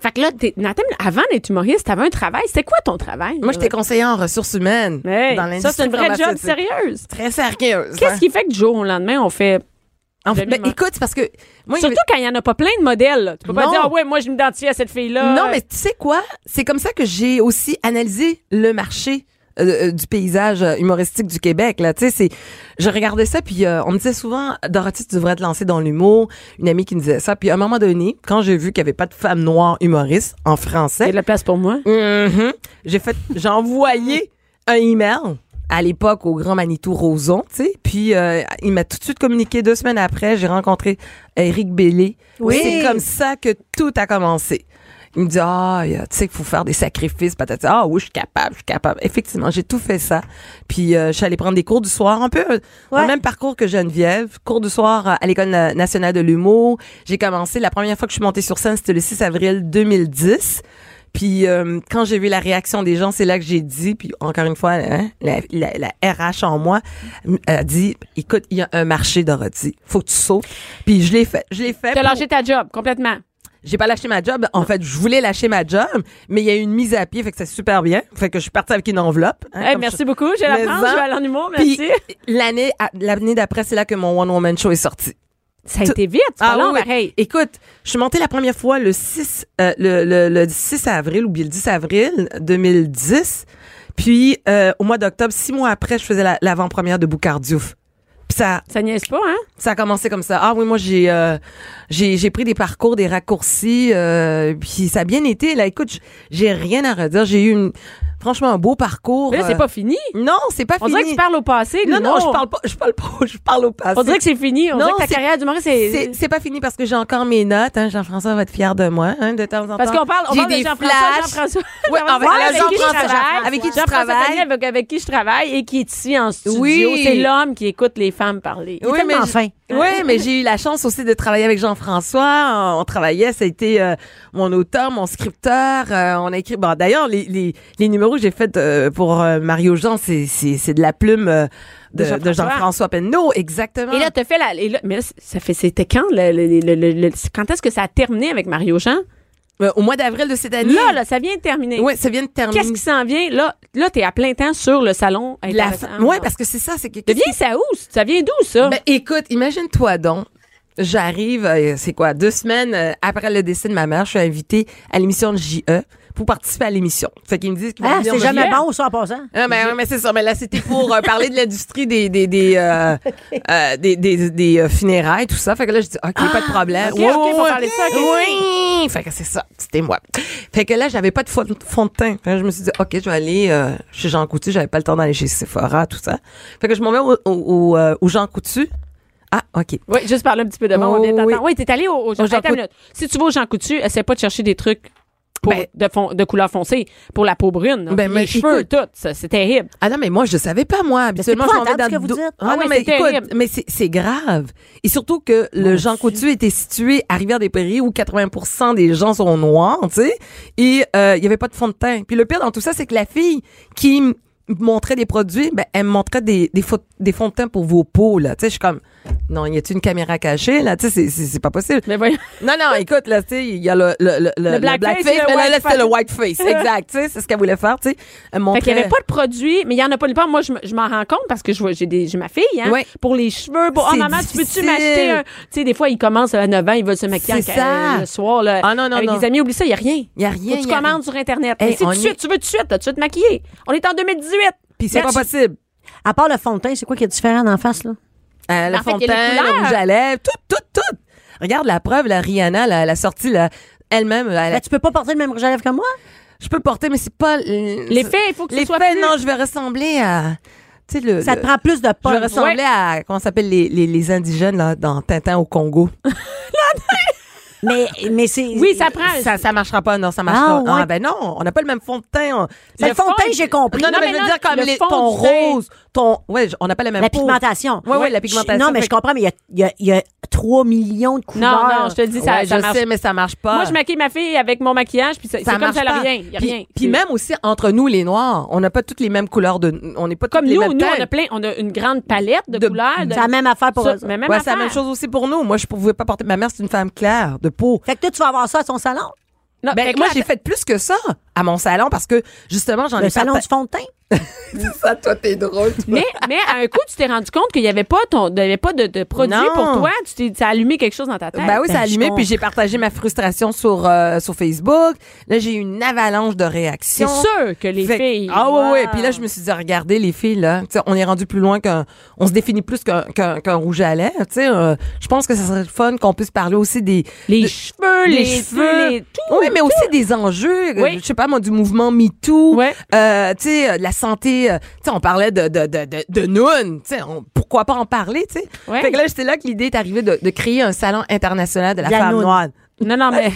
Speaker 3: Fait que là, t'es- Nathan, avant d'être humoriste, t'avais un travail. C'était quoi ton travail?
Speaker 5: moi, j'étais conseillère en ressources humaines.
Speaker 3: Hey,
Speaker 5: dans
Speaker 3: ça,
Speaker 5: l'industrie
Speaker 3: c'est une vraie job
Speaker 5: pharmaceutique.
Speaker 3: sérieuse.
Speaker 5: Très sérieuse. hein.
Speaker 3: Qu'est-ce qui fait que du jour au lendemain, on fait.
Speaker 5: En fait,
Speaker 3: Demi-
Speaker 5: ben, écoute, c'est parce que moi, il y
Speaker 3: Surtout quand il n'y en a pas plein de modèles. là. Tu peux pas
Speaker 5: Non.
Speaker 3: dire, ah ouais, moi, je m'identifie à cette fille-là.
Speaker 5: Non, mais tu sais quoi? C'est comme ça que j'ai aussi analysé le marché euh, euh, du paysage euh, humoristique du Québec là tu sais c'est je regardais ça puis euh, on me disait souvent Dorothy tu devrais te lancer dans l'humour une amie qui me disait ça puis à un moment donné quand j'ai vu qu'il y avait pas de femme noire humoriste
Speaker 3: Il
Speaker 5: en
Speaker 3: y a
Speaker 5: français
Speaker 3: de la place pour moi.
Speaker 5: mhm, j'ai fait j'ai envoyé un email à l'époque au Grand Manitou Roson tu sais puis euh, il m'a tout de suite communiqué deux semaines après j'ai rencontré Eric Bellé
Speaker 4: Oui.
Speaker 5: c'est comme ça que tout a commencé il me dit ah y a- tu sais qu'il faut faire des sacrifices patati ah oui je suis capable je suis capable effectivement j'ai tout fait ça puis euh, je suis allée prendre des cours du soir un peu euh, dans
Speaker 4: Ouais.
Speaker 5: le même parcours que Geneviève cours du soir euh, à l'école na- nationale de l'humour j'ai commencé la première fois que je suis montée sur scène c'était le 6 avril 2010 puis euh, quand j'ai vu la réaction des gens, c'est là que j'ai dit, puis encore une fois, hein, la, la- la RH en moi m- a dit, écoute, il y a un marché Dorothy, faut que tu sautes. Puis je l'ai fait, je l'ai fait.
Speaker 3: T'as
Speaker 5: pour-
Speaker 3: lâché ta job complètement.
Speaker 5: J'ai pas lâché ma job. En fait, je voulais lâcher ma job, mais il y a eu une mise à pied, fait que c'est super bien. Fait que je suis partie avec une enveloppe. hein,
Speaker 3: Eh,
Speaker 5: comme
Speaker 3: merci
Speaker 5: je-
Speaker 3: beaucoup. Je vais
Speaker 5: Mais
Speaker 3: la prendre.
Speaker 5: en-
Speaker 3: Je vais aller en humour. Merci.
Speaker 5: Puis l'année à- l'année d'après, c'est là que mon one woman show est sorti.
Speaker 3: ça a été vite. C'est pas
Speaker 5: Ah
Speaker 3: long,
Speaker 5: oui, oui.
Speaker 3: pareil.
Speaker 5: Écoute, je suis montée la première fois le 6, euh, le, le, le 6 avril ou bien le 10 avril 2010. Puis euh, au mois d'octobre, six mois après, je faisais la- l'avant-première de Boucardiouf. Puis ça,
Speaker 3: Ça niaise pas, hein?
Speaker 5: ça a commencé comme ça. Ah oui, moi j'ai euh, j'ai j'ai pris des parcours, des raccourcis, euh, puis ça a bien été. Là, écoute, j- j'ai rien à redire. J'ai eu une, franchement un beau parcours.
Speaker 3: Mais là, c'est
Speaker 5: Euh,
Speaker 3: pas fini.
Speaker 5: Non, c'est pas
Speaker 3: On
Speaker 5: fini.
Speaker 3: dirait que tu parles au passé.
Speaker 5: non, non,
Speaker 3: l'humour.
Speaker 5: je parle pas, je parle pas, je parle au passé.
Speaker 3: On dirait que c'est fini. On
Speaker 5: Non,
Speaker 3: dirait que ta
Speaker 5: c'est-
Speaker 3: carrière d'humoriste, c'est.
Speaker 5: C'est- c'est pas fini parce que j'ai encore mes notes. Hein. Jean-François va être fier de moi hein, de temps en temps.
Speaker 3: Parce qu'on parle, on
Speaker 5: J'ai
Speaker 3: parle de
Speaker 5: des
Speaker 3: Jean-François.
Speaker 5: flashs.
Speaker 3: Jean-François.
Speaker 5: Ouais,
Speaker 3: Jean-François,
Speaker 5: avec-
Speaker 3: avec qui je
Speaker 5: Jean-François,
Speaker 3: travaille.
Speaker 5: avec qui tu
Speaker 3: Jean-François
Speaker 5: travailles.
Speaker 3: Pagny, Avec, avec qui je travaille et qui est ici en studio.
Speaker 5: Oui.
Speaker 3: C'est l'homme qui écoute les femmes parler.
Speaker 4: est tellement
Speaker 5: j'-
Speaker 4: fin.
Speaker 5: ouais, mais j'ai eu la chance aussi de travailler avec Jean-François. On travaillait, ça a été euh, mon auteur, mon scripteur. euh, on a écrit. Bon, d'ailleurs, les, les, les numéros que j'ai faits euh, pour euh, Mario Jean, c'est, c'est, c'est de la plume euh,
Speaker 3: De
Speaker 5: de,
Speaker 3: Jean-François.
Speaker 5: de Jean-François Penneau, exactement.
Speaker 3: Et là, t'as fait la. et là- mais là, ça fait. C'était quand? Le, le- le- le- le- le- quand est-ce que ça a terminé avec Mario Jean?
Speaker 5: euh, au mois d'avril de cette année.
Speaker 3: Là, là, ça vient de terminer.
Speaker 5: Ouais, ça vient de terminer.
Speaker 3: Qu'est-ce qui s'en vient? Là, là t'es à plein temps sur le salon.
Speaker 5: la fin- Ouais, parce que c'est ça, c'est que.
Speaker 3: Ça vient, ça où? Ça vient d'où, ça?
Speaker 5: Ben, écoute, imagine-toi donc. J'arrive, euh, c'est quoi, deux semaines euh, après le décès de ma mère, je suis invitée à l'émission de JE pour participer à l'émission. Fait qu'ils me disent qu'ils vont
Speaker 4: Ah,
Speaker 5: venir
Speaker 4: c'est
Speaker 5: me
Speaker 4: jamais
Speaker 5: voir.
Speaker 4: bon, ça, en passant.
Speaker 5: Ah, ben, ouais, mais c'est ça. Mais là, c'était pour euh, parler de l'industrie des des des, euh, euh, des, des- des, euh, funérailles, tout ça. Fait que là, je dis, OK, pas de problème.
Speaker 3: Ah, ok, ok, faut parler de ça, ok.
Speaker 5: Oui! Fait que c'est ça. C'était moi. Fait que là, j'avais pas de fond, fond de teint. Fait que je me suis dit, OK, je vais aller euh, chez Jean Coutu. J'avais pas le temps d'aller chez Sephora, tout ça. Fait que je m'en vais au, au, au, euh, au Jean Coutu. Ah, OK.
Speaker 3: Oui, juste parler un petit peu de
Speaker 5: Oh,
Speaker 3: bon. Oui,
Speaker 5: oui.
Speaker 3: oui t'es allé au, au Jean,
Speaker 5: Au Jean
Speaker 3: Attends
Speaker 5: Coutu.
Speaker 3: une minute. Si tu vas au Jean Coutu, essaie pas de chercher des trucs pour-
Speaker 5: Ben-
Speaker 3: de, fon- de couleur foncée pour la peau brune. là.
Speaker 5: Ben, mais
Speaker 3: les cheveux,
Speaker 5: écoute-
Speaker 3: tout. ça, C'est terrible.
Speaker 5: Ah non, mais moi, je savais pas, moi. Habituellement, je
Speaker 4: c'est
Speaker 5: m'en vais dans
Speaker 4: épouvantable, ce
Speaker 5: le
Speaker 4: que vous
Speaker 5: dos.
Speaker 4: dites.
Speaker 5: Ah,
Speaker 3: Ah
Speaker 5: non,
Speaker 3: ouais,
Speaker 5: mais
Speaker 3: c'est
Speaker 5: écoute,
Speaker 3: terrible.
Speaker 5: mais c'est- c'est grave. Et surtout que le Jean Coutu était situé à Rivière-des-Prairies où 80 des gens sont noirs, tu sais, et euh, il y avait pas de fond de teint. Puis le pire dans tout ça, c'est que la fille qui m- montrait des produits, ben, elle me montrait des, des, fo- des fonds de teint pour vos peaux, là. Tu sais, je suis comme, non, y a-t-il une caméra cachée, là? Tu sais, c'est- c'est c'est pas possible.
Speaker 3: Mais voyons.
Speaker 5: Non, non, écoute, là, tu sais, il y a le, le, le, le- le
Speaker 3: blackface,
Speaker 5: blackface,
Speaker 3: le
Speaker 5: mais là, là,
Speaker 3: whiteface.
Speaker 5: c'était le whiteface. Exact, tu sais, c'est ce qu'elle voulait faire, tu sais. Elle
Speaker 3: Fait qu'il n'y
Speaker 5: montrait-
Speaker 3: avait pas de produit, mais il n'y en a pas le Moi, je, me- je m'en rends compte parce que je vois- j'ai des- j'ai ma fille, hein.
Speaker 5: Ouais.
Speaker 3: Pour les cheveux. Pour, oh,
Speaker 5: C'est
Speaker 3: maman, tu peux-tu
Speaker 5: difficile.
Speaker 3: m'acheter un. Tu sais, des fois, ils commencent à 9 ans, ils veulent se maquiller
Speaker 5: C'est
Speaker 3: en-
Speaker 5: ça.
Speaker 3: euh, le soir, là.
Speaker 5: Ah, non, non,
Speaker 3: avec
Speaker 5: non.
Speaker 3: des amis, oublie ça, il n'y a rien.
Speaker 5: Y a rien,
Speaker 3: Faut que
Speaker 5: y
Speaker 3: tu
Speaker 5: a
Speaker 3: commandes sur Internet.
Speaker 5: Hey,
Speaker 3: Mais si
Speaker 5: on
Speaker 3: tout de
Speaker 5: y-
Speaker 3: suite, tu veux tout de suite, là, tout de suite maquiller. On est en 2018.
Speaker 5: Puis c'est pas
Speaker 3: Là, tu-
Speaker 5: possible.
Speaker 4: À part le fond de teint, c'est quoi qui est différent d'en face, là?
Speaker 5: Euh, le
Speaker 3: en fait,
Speaker 5: fond de
Speaker 3: il y a les
Speaker 5: teint, le
Speaker 3: couleurs.
Speaker 5: rouge à lèvres, tout, tout, tout. Regarde la preuve, la Rihanna, la, la sortie, la- elle-même, elle-
Speaker 4: Ben, tu peux pas porter le même rouge à lèvres que moi?
Speaker 5: je peux porter, mais c'est pas... L'effet,
Speaker 3: L'effet, il faut que ce soit. plus-
Speaker 5: non, je vais ressembler à... Tu sais, le...
Speaker 4: Ça te
Speaker 5: le-
Speaker 4: prend plus de
Speaker 5: Euh, Je vais
Speaker 4: poils.
Speaker 5: ressembler à, comment ça s'appelle, les, les, les indigènes là, dans Tintin au Congo.
Speaker 4: Mais, mais c'est.
Speaker 3: Oui, ça prend.
Speaker 5: Ça, ça marchera pas, non, ça
Speaker 4: Ah,
Speaker 5: marchera pas.
Speaker 4: ouais.
Speaker 5: Ah ben non, on n'a pas le même fond de teint. on-
Speaker 4: C'est le fond de teint,
Speaker 3: fond,
Speaker 4: j'ai compris.
Speaker 5: Non, non,
Speaker 3: Non, mais
Speaker 5: mais, je veux
Speaker 3: là,
Speaker 5: dire comme
Speaker 3: le
Speaker 5: les,
Speaker 3: fond
Speaker 5: ton
Speaker 3: du teint.
Speaker 5: rose, ton... Ouais, je- on n'a pas la même
Speaker 4: La
Speaker 5: peau.
Speaker 4: pigmentation.
Speaker 5: Ouais, ouais, la pigmentation.
Speaker 4: Non, mais je comprends, mais il y a, il y, a, il y a 3 millions de
Speaker 3: Non,
Speaker 4: couleurs.
Speaker 3: non, je te le dis, ça,
Speaker 5: Ouais,
Speaker 3: ça
Speaker 5: je
Speaker 3: marche.
Speaker 5: sais, mais ça marche pas.
Speaker 3: Moi, je maquille ma fille avec mon maquillage, puis ça, c'est comme
Speaker 5: ah. marche
Speaker 3: ça, elle a
Speaker 5: pas.
Speaker 3: rien. Y a
Speaker 5: puis,
Speaker 3: rien.
Speaker 5: puis même aussi entre nous les noirs, on n'a pas toutes les mêmes couleurs de on n'est pas
Speaker 3: Comme
Speaker 5: toutes les
Speaker 3: nous,
Speaker 5: mêmes
Speaker 3: nous, on
Speaker 5: teintes.
Speaker 3: a plein, on a une grande palette de,
Speaker 5: De-
Speaker 3: couleurs. de-
Speaker 4: C'est la même affaire pour
Speaker 3: ça,
Speaker 4: eux. autres.
Speaker 3: mais même
Speaker 5: Ouais, c'est la
Speaker 3: affaire.
Speaker 5: même chose aussi pour nous. Moi, je pouvais pas porter ma mère, c'est une femme claire de peau.
Speaker 4: Fait que toi, tu vas avoir ça à ton salon.
Speaker 3: Non,
Speaker 5: Ben,
Speaker 3: fait que
Speaker 5: moi,
Speaker 3: là,
Speaker 5: j'ai fait plus que ça à mon salon parce que justement, j'en ai
Speaker 4: Le salon
Speaker 5: parta-
Speaker 4: du fond de teint.
Speaker 5: ça, toi t'es drôle. toi.
Speaker 3: Mais, mais à un coup, tu t'es rendu compte qu'il n'y avait pas, ton, il y avait pas de, de produit
Speaker 5: Non.
Speaker 3: pour toi. Tu t'es, ça a allumé quelque chose dans ta tête.
Speaker 5: Ben oui, ça a
Speaker 4: Ben, je
Speaker 5: allumé, puis j'ai partagé ma frustration sur euh, sur Facebook. Là, j'ai eu une avalanche de réactions.
Speaker 3: c'est sûr que les
Speaker 5: Fait-
Speaker 3: filles.
Speaker 5: Ah ouais, ouais.
Speaker 3: Wow.
Speaker 5: Puis là, je me suis dit, regardez les filles, là. Tu sais, on est rendu plus loin qu'un. On se définit plus qu'un qu'un- qu'un rouge à lèvres. Tu sais, euh, je pense que ça serait le fun qu'on puisse parler aussi des.
Speaker 3: Les
Speaker 5: de-
Speaker 3: cheveux,
Speaker 5: des
Speaker 3: les cheveux, les- tout.
Speaker 5: oui, mais aussi des enjeux.
Speaker 3: Oui.
Speaker 5: euh, Je sais pas, moi, du mouvement MeToo.
Speaker 3: Ouais.
Speaker 5: Euh, tu sais, euh, de la santé. euh, tu sais, on parlait de, de, de, de, de Noon. Tu sais, on- pourquoi pas en parler, tu sais.
Speaker 3: Ouais.
Speaker 5: Fait que là, j'étais là que l'idée est arrivée de, de créer un salon international de la,
Speaker 4: La
Speaker 5: femme
Speaker 4: Noun.
Speaker 5: noire.
Speaker 3: Non, non, mais.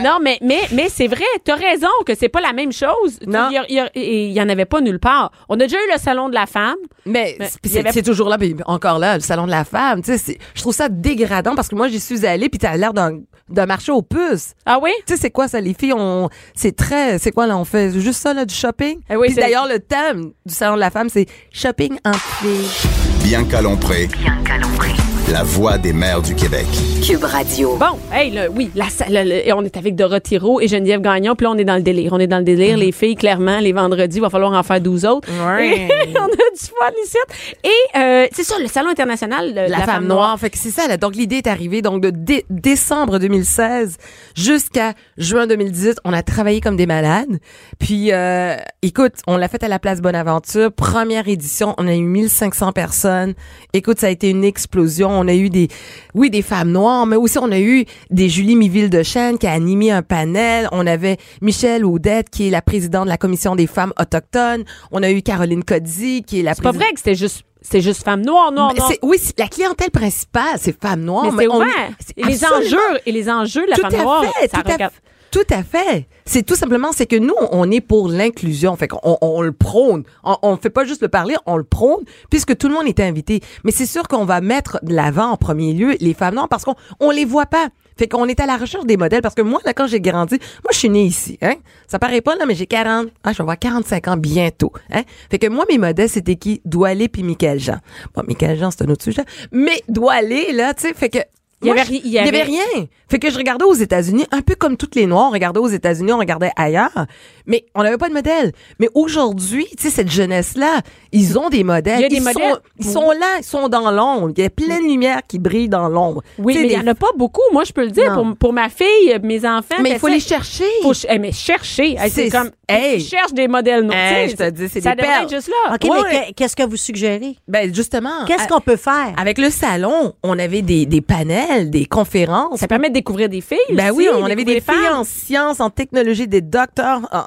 Speaker 3: non, mais, mais, mais c'est vrai. T'as raison que c'est pas la même chose.
Speaker 5: Non.
Speaker 3: Il y a- il y a- et il y en avait pas nulle part. On a déjà eu le salon de la femme.
Speaker 5: Mais,
Speaker 3: Mais
Speaker 5: c'est-
Speaker 3: il y
Speaker 5: c'est
Speaker 3: avait-
Speaker 5: c'est toujours là, puis encore là, le salon de la femme. Tu sais, c'est- je trouve ça dégradant parce que moi, j'y suis allée, puis t'as l'air d'un d'un marché aux puces.
Speaker 3: Ah oui?
Speaker 5: Tu sais, c'est quoi ça, les filles? On, c'est très, c'est quoi là? On fait juste ça là, du shopping.
Speaker 3: Eh oui,
Speaker 5: puis
Speaker 3: c'est-
Speaker 5: d'ailleurs, le thème du salon de la femme, c'est shopping en filles.
Speaker 2: Bianca Lompré,
Speaker 1: Bianca Lompré.
Speaker 2: la voix des mères du Québec.
Speaker 1: Cube Radio.
Speaker 3: Bon, hey, là, oui, la, sa- le- le- et on est avec Dorothée Roux et Geneviève Gagnon, puis là, on est dans le délire. On est dans le
Speaker 5: Mm-hmm.
Speaker 3: délire. Les filles, clairement, les vendredis, il va falloir en faire 12 autres.
Speaker 5: Ouais.
Speaker 3: Et on a du fun ici. Et euh, c'est ça, le Salon international de la,
Speaker 5: La, femme, noire. Fait que c'est ça, là. Donc, l'idée est arrivée. Donc, de dé- décembre 2016 jusqu'à juin 2018, on a travaillé comme des malades. Puis, euh, écoute, on l'a fait à la Place Bonaventure. Première édition, on a eu 1500 personnes. Écoute, ça a été une explosion. On a eu des, oui, des femmes noires, mais aussi on a eu des Julie Miville de Chêne qui a animé un panel. On avait Michel Audette, qui est la présidente de la Commission des femmes autochtones. On a eu Caroline Codzi, qui est la
Speaker 3: C'est pas
Speaker 5: présidente-
Speaker 3: vrai que c'était juste, c'était juste femme noire, noire,
Speaker 5: mais
Speaker 3: noire.
Speaker 5: c'est- Oui, c'est- la clientèle principale, c'est femmes noires.
Speaker 3: Mais c'est
Speaker 5: on-
Speaker 3: ouvert.
Speaker 5: c'est
Speaker 3: Et les
Speaker 5: absolument-
Speaker 3: enjeux, et les enjeux de la
Speaker 5: Tout
Speaker 3: femme
Speaker 5: à
Speaker 3: noire,
Speaker 5: fait,
Speaker 3: ça
Speaker 5: tout à
Speaker 3: regarde-
Speaker 5: fait. Tout à fait. C'est tout simplement, c'est que nous, on est pour l'inclusion. Fait qu'on on, on le prône. On, on fait pas juste le parler, on le prône, puisque tout le monde est invité. Mais c'est sûr qu'on va mettre de l'avant en premier lieu les femmes noires parce qu'on on les voit pas. Fait qu'on est à la recherche des modèles parce que moi, là, quand j'ai grandi, moi, je suis née ici, hein. Ça paraît pas, là, mais j'ai 40, ah, je vais avoir 45 ans bientôt, hein. Fait que moi, mes modèles, c'était qui? Doualé puis Michael Jean. Bon, Michael Jean, c'est un autre sujet. Mais Doualé, là, tu sais, fait que
Speaker 3: Il y
Speaker 5: Moi,
Speaker 3: avait ri-
Speaker 5: je-
Speaker 3: il y avait-
Speaker 5: rien. Fait que je regardais aux États-Unis, un peu comme toutes les Noirs, on regardait aux États-Unis, on regardait ailleurs, mais on n'avait pas de modèle. Mais aujourd'hui, tu sais, cette jeunesse-là, ils ont des modèles.
Speaker 3: Il y a des
Speaker 5: ils
Speaker 3: modèles.
Speaker 5: Sont, ils sont là, ils sont dans l'ombre. Il y a plein de lumière qui brille dans l'ombre.
Speaker 3: Oui,
Speaker 5: Tu sais,
Speaker 3: mais il
Speaker 5: des-
Speaker 3: n'y en a pas beaucoup, moi, je peux le dire.
Speaker 5: Non.
Speaker 3: Pour, pour ma fille, euh, mes enfants.
Speaker 5: mais
Speaker 3: ben,
Speaker 5: il faut
Speaker 3: ça,
Speaker 5: les chercher.
Speaker 3: faut ch- eh, mais chercher. Hey, c'est
Speaker 5: C'est-
Speaker 3: comme.
Speaker 5: hey.
Speaker 3: tu cherches des modèles non.
Speaker 5: Hey,
Speaker 3: tu sais,
Speaker 5: je te dis, c'est
Speaker 3: Ça
Speaker 5: des
Speaker 3: devrait
Speaker 5: perles.
Speaker 3: être juste là.
Speaker 4: OK,
Speaker 3: Ouais,
Speaker 4: mais
Speaker 3: ouais.
Speaker 4: que- qu'est-ce que vous suggérez?
Speaker 5: Ben justement.
Speaker 4: Qu'est-ce
Speaker 5: à-
Speaker 4: qu'on peut faire?
Speaker 5: Avec le salon, on avait des, des panels, des conférences.
Speaker 3: Ça permet de découvrir des filles.
Speaker 5: Ben oui,
Speaker 3: aussi,
Speaker 5: on avait
Speaker 3: découvrir
Speaker 5: des
Speaker 3: femmes.
Speaker 5: filles en sciences, en technologie, des docteurs en,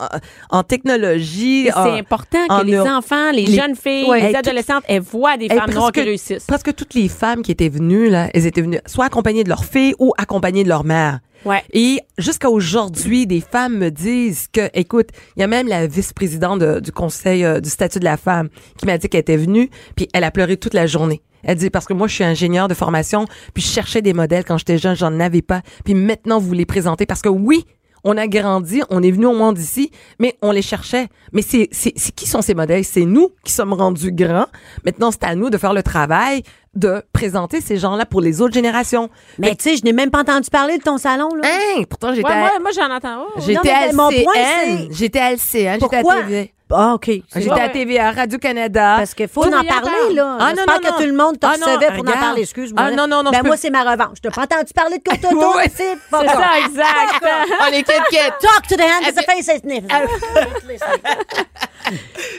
Speaker 5: en- en technologie.
Speaker 3: Et
Speaker 5: en-
Speaker 3: C'est important
Speaker 5: Ah, en
Speaker 3: que les
Speaker 5: Europe.
Speaker 3: enfants, les,
Speaker 5: Les-
Speaker 3: jeunes filles,
Speaker 5: Ouais. Hey,
Speaker 3: les
Speaker 5: tout-
Speaker 3: adolescentes, elles voient des
Speaker 5: Eh,
Speaker 3: femmes noires qui réussissent.
Speaker 5: presque toutes les femmes qui étaient venues, là, elles étaient venues soit accompagnées de leur fille ou accompagnées de leur mère.
Speaker 3: Ouais.
Speaker 5: Et jusqu'à aujourd'hui, des femmes me disent que, écoute, il y a même la vice-présidente de- du conseil euh, du statut de la femme qui m'a dit qu'elle était venue, puis elle a pleuré toute la journée. Elle dit parce que moi je suis ingénieure de formation, puis je cherchais des modèles quand j'étais jeune, j'en avais pas, puis maintenant vous les présentez parce que oui, on a grandi, on est venu au monde ici, mais on les cherchait. Mais c'est c'est c'est- qui sont ces modèles C'est nous qui sommes rendus grands. Maintenant, c'est à nous de faire le travail de présenter ces gens-là pour les autres générations.
Speaker 4: Mais tu sais, je n'ai même pas entendu parler de ton salon, là.
Speaker 5: Hein, pourtant j'étais
Speaker 3: Ouais,
Speaker 5: à-
Speaker 3: moi, moi j'en entends. oh,
Speaker 4: Non,
Speaker 5: J'étais
Speaker 4: mais
Speaker 5: à
Speaker 4: ben, mon point, c'est-
Speaker 5: LCN. J'étais à LCN. J'étais à
Speaker 4: Pourquoi?
Speaker 5: TVA.
Speaker 4: Ah, OK. C'est
Speaker 5: J'étais
Speaker 4: bon.
Speaker 5: à
Speaker 3: ouais.
Speaker 5: TVA, à Radio-Canada.
Speaker 4: Parce qu'il faut
Speaker 3: Oui,
Speaker 4: en
Speaker 3: oui, attends.
Speaker 4: parler, là.
Speaker 5: Ah, non,
Speaker 4: J'espère
Speaker 5: non,
Speaker 4: que
Speaker 5: non.
Speaker 4: tout le monde te
Speaker 5: Ah, non,
Speaker 4: recevait pour en
Speaker 5: regarde.
Speaker 4: parler. Excuse-moi.
Speaker 5: Ah, non, non, non, je
Speaker 4: Ben,
Speaker 5: peux-
Speaker 4: moi, c'est ma revanche. Je t'ai pas entendu parler de courte auto,
Speaker 5: Ouais.
Speaker 4: c'est pas
Speaker 3: C'est
Speaker 4: grave.
Speaker 3: ça, exact.
Speaker 5: On est quitte
Speaker 4: Talk to the hand, it's a face it's sniff.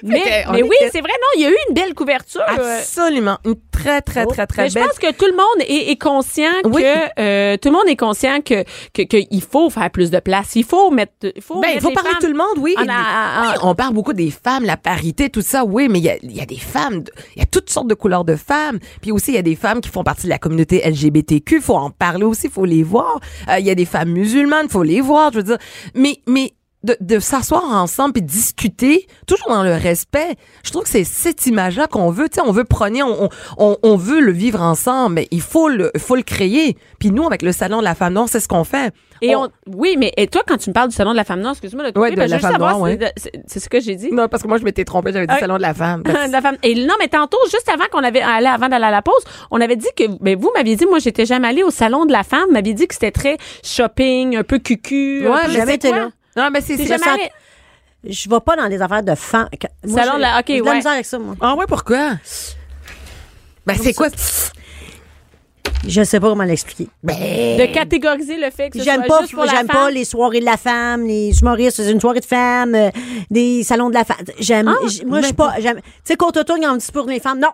Speaker 3: mais
Speaker 5: on
Speaker 3: mais
Speaker 5: est
Speaker 3: oui,
Speaker 5: quitte.
Speaker 3: c'est vrai, non, il y a eu une belle couverture. euh, oh.
Speaker 5: Absolument. Une très, très,
Speaker 4: Oh.
Speaker 5: très, très
Speaker 3: Mais
Speaker 5: belle.
Speaker 3: je pense que tout le monde est, est conscient
Speaker 5: Oui.
Speaker 3: que euh, tout le monde est conscient que que qu'il faut faire plus de place, il faut mettre il faut
Speaker 5: Ben, il
Speaker 3: mettre
Speaker 5: faut
Speaker 3: les
Speaker 5: parler de
Speaker 3: femmes.
Speaker 5: tout le monde, oui.
Speaker 3: en-
Speaker 5: Et-
Speaker 3: en- en-
Speaker 5: oui, on parle beaucoup des femmes, la parité, tout ça, oui, mais il y a, il y a des femmes, de- il y a toutes sortes de couleurs de femmes. Puis aussi, il y a des femmes qui font partie de la communauté LGBTQ, faut en parler aussi, faut les voir. Euh, il y a des femmes musulmanes, faut les voir, je veux dire. Mais, mais de, de s'asseoir ensemble puis de discuter, toujours dans le respect, je trouve que c'est cette image-là qu'on veut. Tu sais, on veut prôner, on, on- on, on veut le vivre ensemble, mais il faut le, faut le créer. Puis nous, avec le Salon de la Femme Noire, c'est ce qu'on fait.
Speaker 3: Et on, oui, mais et toi quand tu me parles du salon de la femme noire, excuse-moi de te couper,
Speaker 5: Ouais, de
Speaker 3: parce que
Speaker 5: la
Speaker 3: je veux
Speaker 5: femme
Speaker 3: savoir
Speaker 5: noire,
Speaker 3: si- c'est c'est ce que j'ai dit.
Speaker 5: Non, parce que moi, je m'étais trompée, j'avais dit
Speaker 3: Ah.
Speaker 5: Salon de la Femme.
Speaker 3: de la femme. Et non, mais tantôt, juste avant qu'on avait allé avant d'aller à la pause, on avait dit que ben, vous m'aviez dit, moi j'étais jamais allée au salon de la femme, vous m'aviez dit que c'était très shopping, un peu cucu. un
Speaker 5: Ouais,
Speaker 3: peu je
Speaker 5: mais
Speaker 3: sais
Speaker 4: j'avais été
Speaker 3: quoi.
Speaker 4: là.
Speaker 5: Non, mais c'est
Speaker 3: T'es
Speaker 5: c'est-
Speaker 3: jamais
Speaker 5: ça-
Speaker 3: allée-
Speaker 4: Je vais pas dans des affaires de fan. Moi,
Speaker 3: Salon
Speaker 4: j'ai-
Speaker 3: de la- OK,
Speaker 4: j'ai de
Speaker 3: ouais.
Speaker 4: la misère avec ça, moi.
Speaker 5: Ah ouais, pourquoi? Ben, c'est quoi?
Speaker 4: Je sais pas comment l'expliquer.
Speaker 3: de catégoriser le fait que ce
Speaker 4: J'aime
Speaker 3: soit
Speaker 4: pas,
Speaker 3: juste pour la
Speaker 4: j'aime
Speaker 3: femme.
Speaker 4: pas les soirées de la femme, les humoristes, c'est une soirée de femmes, euh, des salons de la femme. J'aime,
Speaker 5: Ah,
Speaker 4: j- moi, je suis pas, j'aime, tu sais, quand on tourne, on dit pour les femmes, non.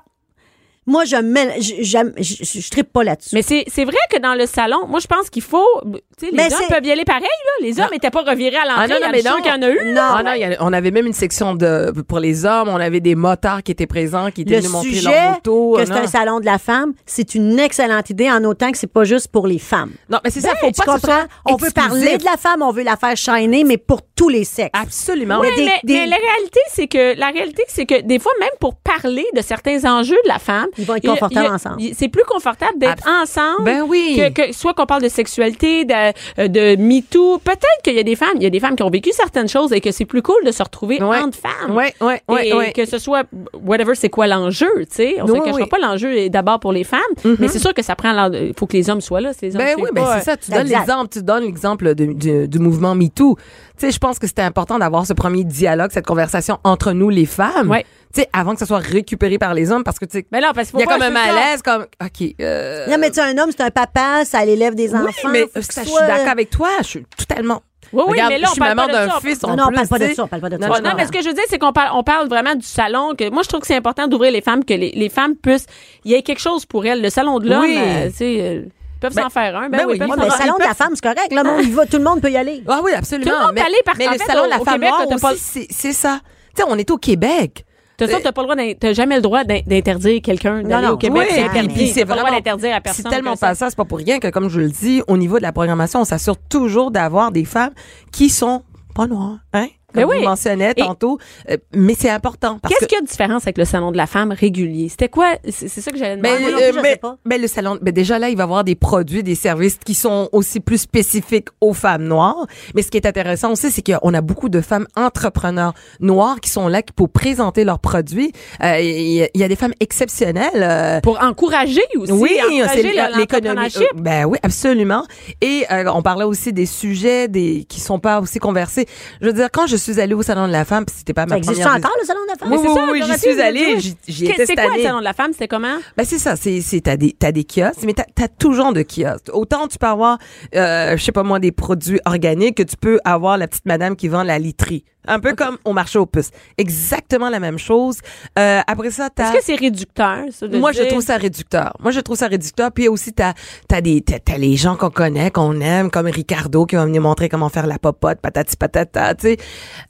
Speaker 4: Moi, je me, j- j'aime, j- j- je tripe pas là-dessus.
Speaker 3: Mais c'est c'est vrai que dans le salon, moi je pense qu'il faut, tu sais, les
Speaker 4: Mais
Speaker 3: hommes
Speaker 4: c'est-
Speaker 3: peuvent y aller pareil là. Les hommes n'étaient pas revirés à l'entrée.
Speaker 5: Ah non, non, mais non.
Speaker 3: qu'il y en a eu.
Speaker 5: Ah non, il y a- on avait même une section de pour les hommes, on avait des motards qui étaient présents, qui étaient
Speaker 4: Le
Speaker 5: venus montrer
Speaker 4: sujet
Speaker 5: leur moto.
Speaker 4: que
Speaker 5: Ah
Speaker 4: c'est
Speaker 5: non.
Speaker 4: un salon de la femme, c'est une excellente idée en autant que c'est pas juste pour les femmes.
Speaker 5: non, mais c'est ça, faut
Speaker 4: Ben, tu
Speaker 5: pas que ce soit
Speaker 4: comprends? On veut
Speaker 5: exclusif.
Speaker 4: parler de la femme, on veut la faire shiner, mais pour tous les sexes.
Speaker 5: Absolument.
Speaker 4: Oui,
Speaker 3: Ouais,
Speaker 5: Mais
Speaker 4: des-
Speaker 3: mais,
Speaker 4: des-
Speaker 3: mais la réalité, c'est que la réalité, c'est que des fois, même pour parler de certains enjeux de la femme,
Speaker 4: Ils vont être
Speaker 3: il-
Speaker 4: confortables
Speaker 3: il-
Speaker 4: ensemble.
Speaker 3: il- C'est plus confortable d'être ensemble.
Speaker 5: Ben oui.
Speaker 3: Que, que soit qu'on parle de sexualité, de, euh, de MeToo. Peut-être qu'il y a des femmes, il y a des femmes qui ont vécu certaines choses et que c'est plus cool de se retrouver
Speaker 5: Ouais.
Speaker 3: entre femmes.
Speaker 5: Ouais, ouais, ouais,
Speaker 3: et
Speaker 5: ouais.
Speaker 3: que ce soit whatever, c'est quoi l'enjeu, tu sais. On
Speaker 5: Oui,
Speaker 3: se cachera
Speaker 5: oui.
Speaker 3: pas l'enjeu est d'abord pour les femmes, mais c'est sûr que ça prend. l'en- Il faut que les hommes soient là. si les hommes
Speaker 5: Mhm. Ben
Speaker 3: suivent
Speaker 5: oui, ben
Speaker 3: pas, euh,
Speaker 5: c'est ça. Tu
Speaker 4: la
Speaker 5: donnes
Speaker 4: exact.
Speaker 5: l'exemple, tu donnes l'exemple de- du, du mouvement MeToo. Tu sais, je pense que c'était important d'avoir ce premier dialogue, cette conversation entre nous les femmes.
Speaker 3: Ouais.
Speaker 5: Tu sais, avant que ça soit récupéré par les hommes, parce que tu sais,
Speaker 3: Mais Ben non, parce qu'il
Speaker 5: il y
Speaker 3: faut
Speaker 5: a comme
Speaker 3: pas-
Speaker 5: un
Speaker 3: c'est ça.
Speaker 5: malaise, comme ok. euh,
Speaker 4: Non, mais tu sais, un homme, c'est un papa, ça l'élève des
Speaker 5: Oui,
Speaker 4: enfants.
Speaker 5: mais
Speaker 4: faut que ce
Speaker 5: ça, je suis
Speaker 4: soit-
Speaker 5: d'accord avec toi. Je suis totalement.
Speaker 3: euh, Oui, oui,
Speaker 5: Regarde,
Speaker 3: mais là, on
Speaker 5: je suis
Speaker 3: parle
Speaker 5: maman
Speaker 3: pas de
Speaker 5: d'un
Speaker 3: ça.
Speaker 5: fils.
Speaker 4: Non,
Speaker 5: en
Speaker 4: non, on
Speaker 5: plus,
Speaker 4: parle pas de
Speaker 5: tu sais.
Speaker 4: ça, on parle pas de ça.
Speaker 5: Non,
Speaker 4: je
Speaker 3: Non,
Speaker 4: comprends.
Speaker 3: mais ce que je veux dire, c'est qu'on parle, on parle vraiment du salon. Que moi, je trouve que c'est important d'ouvrir les femmes, que les, les femmes puissent. Il y ait quelque chose pour elles. Le salon de l'homme,
Speaker 5: Oui.
Speaker 3: euh, tu sais, euh, ils peuvent
Speaker 5: Ben-
Speaker 3: s'en faire un. Ben,
Speaker 5: ben
Speaker 3: oui,
Speaker 5: oui,
Speaker 3: peuvent
Speaker 5: moi,
Speaker 3: s'en
Speaker 4: Oh, Mais le
Speaker 5: ben,
Speaker 3: faire
Speaker 4: salon de la femme, c'est correct. Là, on y va, tout le monde peut y aller.
Speaker 5: Ah oui, absolument.
Speaker 3: Tout le monde
Speaker 5: mais
Speaker 3: peut aller, par-
Speaker 5: mais
Speaker 3: en
Speaker 5: le
Speaker 3: fait,
Speaker 5: salon de la
Speaker 3: au
Speaker 5: femme
Speaker 3: Québec,
Speaker 5: noire
Speaker 3: t'as pas-
Speaker 5: aussi, c'est- c'est ça. Tu sais, on est au Québec.
Speaker 3: un. De toute façon, t'as pas le droit d'in- t'as jamais le droit d'in- d'interdire quelqu'un d'aller
Speaker 4: non,
Speaker 3: au Québec.
Speaker 4: oui,
Speaker 3: c'est
Speaker 4: mais-
Speaker 3: interdit.
Speaker 4: puis
Speaker 3: T'as pas le droit d'interdire à personne.
Speaker 5: C'est tellement
Speaker 3: que ça-
Speaker 5: pas ça. C'est pas pour rien que, comme je le dis, au niveau de la programmation, on s'assure toujours d'avoir des femmes qui sont pas noires. Hein?
Speaker 3: Ben
Speaker 5: comme
Speaker 3: oui.
Speaker 5: vous mentionnais
Speaker 3: Et-
Speaker 5: tantôt. Euh, mais c'est important parce
Speaker 3: Qu'est-ce
Speaker 5: que
Speaker 3: qu'il y a de différence avec le salon de la femme régulier? C'était quoi? C'est c'est ça que j'allais
Speaker 5: Ben,
Speaker 3: demander.
Speaker 4: moi non
Speaker 5: euh,
Speaker 4: plus, je
Speaker 5: ben-
Speaker 4: sais pas.
Speaker 5: ben, le salon, ben, déjà là, il va y avoir des produits, des services qui sont aussi plus spécifiques aux femmes noires. Mais ce qui est intéressant aussi, c'est qu'on a beaucoup de femmes entrepreneurs noires qui sont là pour présenter leurs produits. Euh, Il y, il y a des femmes exceptionnelles. euh,
Speaker 3: pour encourager aussi,
Speaker 5: c'est
Speaker 3: encourager
Speaker 5: l'é-
Speaker 3: le- l'entrepreneurship.
Speaker 5: euh, Ben oui, absolument. Et euh, on parlait aussi des sujets des qui sont pas aussi conversés. Je veux dire, quand je suis allée au salon de la femme, puis c'était pas ma
Speaker 4: Ça existe
Speaker 5: première visite-
Speaker 4: encore, le salon de la femme?
Speaker 5: Oui,
Speaker 3: Mais c'est
Speaker 5: oui,
Speaker 3: ça,
Speaker 5: oui,
Speaker 3: Dorothée,
Speaker 5: j'y suis
Speaker 3: vous
Speaker 5: allée,
Speaker 3: dites-
Speaker 5: j'y- j'y
Speaker 3: Qu'est-
Speaker 5: étais
Speaker 3: C'est
Speaker 5: cette
Speaker 3: quoi le
Speaker 5: année.
Speaker 3: salon de la femme? C'était comment?
Speaker 5: Ben c'est ça, c'est c'est t'as des t'as des kiosques, mais t'as t'as tout genre de kiosques. Autant tu peux avoir, euh, je sais pas moi, des produits organiques que tu peux avoir la petite madame qui vend la literie, un peu comme au marché aux puces, exactement la même chose. Euh, après ça t'as
Speaker 3: Est-ce que c'est réducteur, ça, de
Speaker 5: moi,
Speaker 3: dire-
Speaker 5: je trouve ça réducteur. Moi, je trouve ça réducteur. Puis aussi, t'as as des t'as, t'as les gens qu'on connaît, qu'on aime, comme Ricardo qui va venir montrer comment faire la popote, patati patata, tu sais.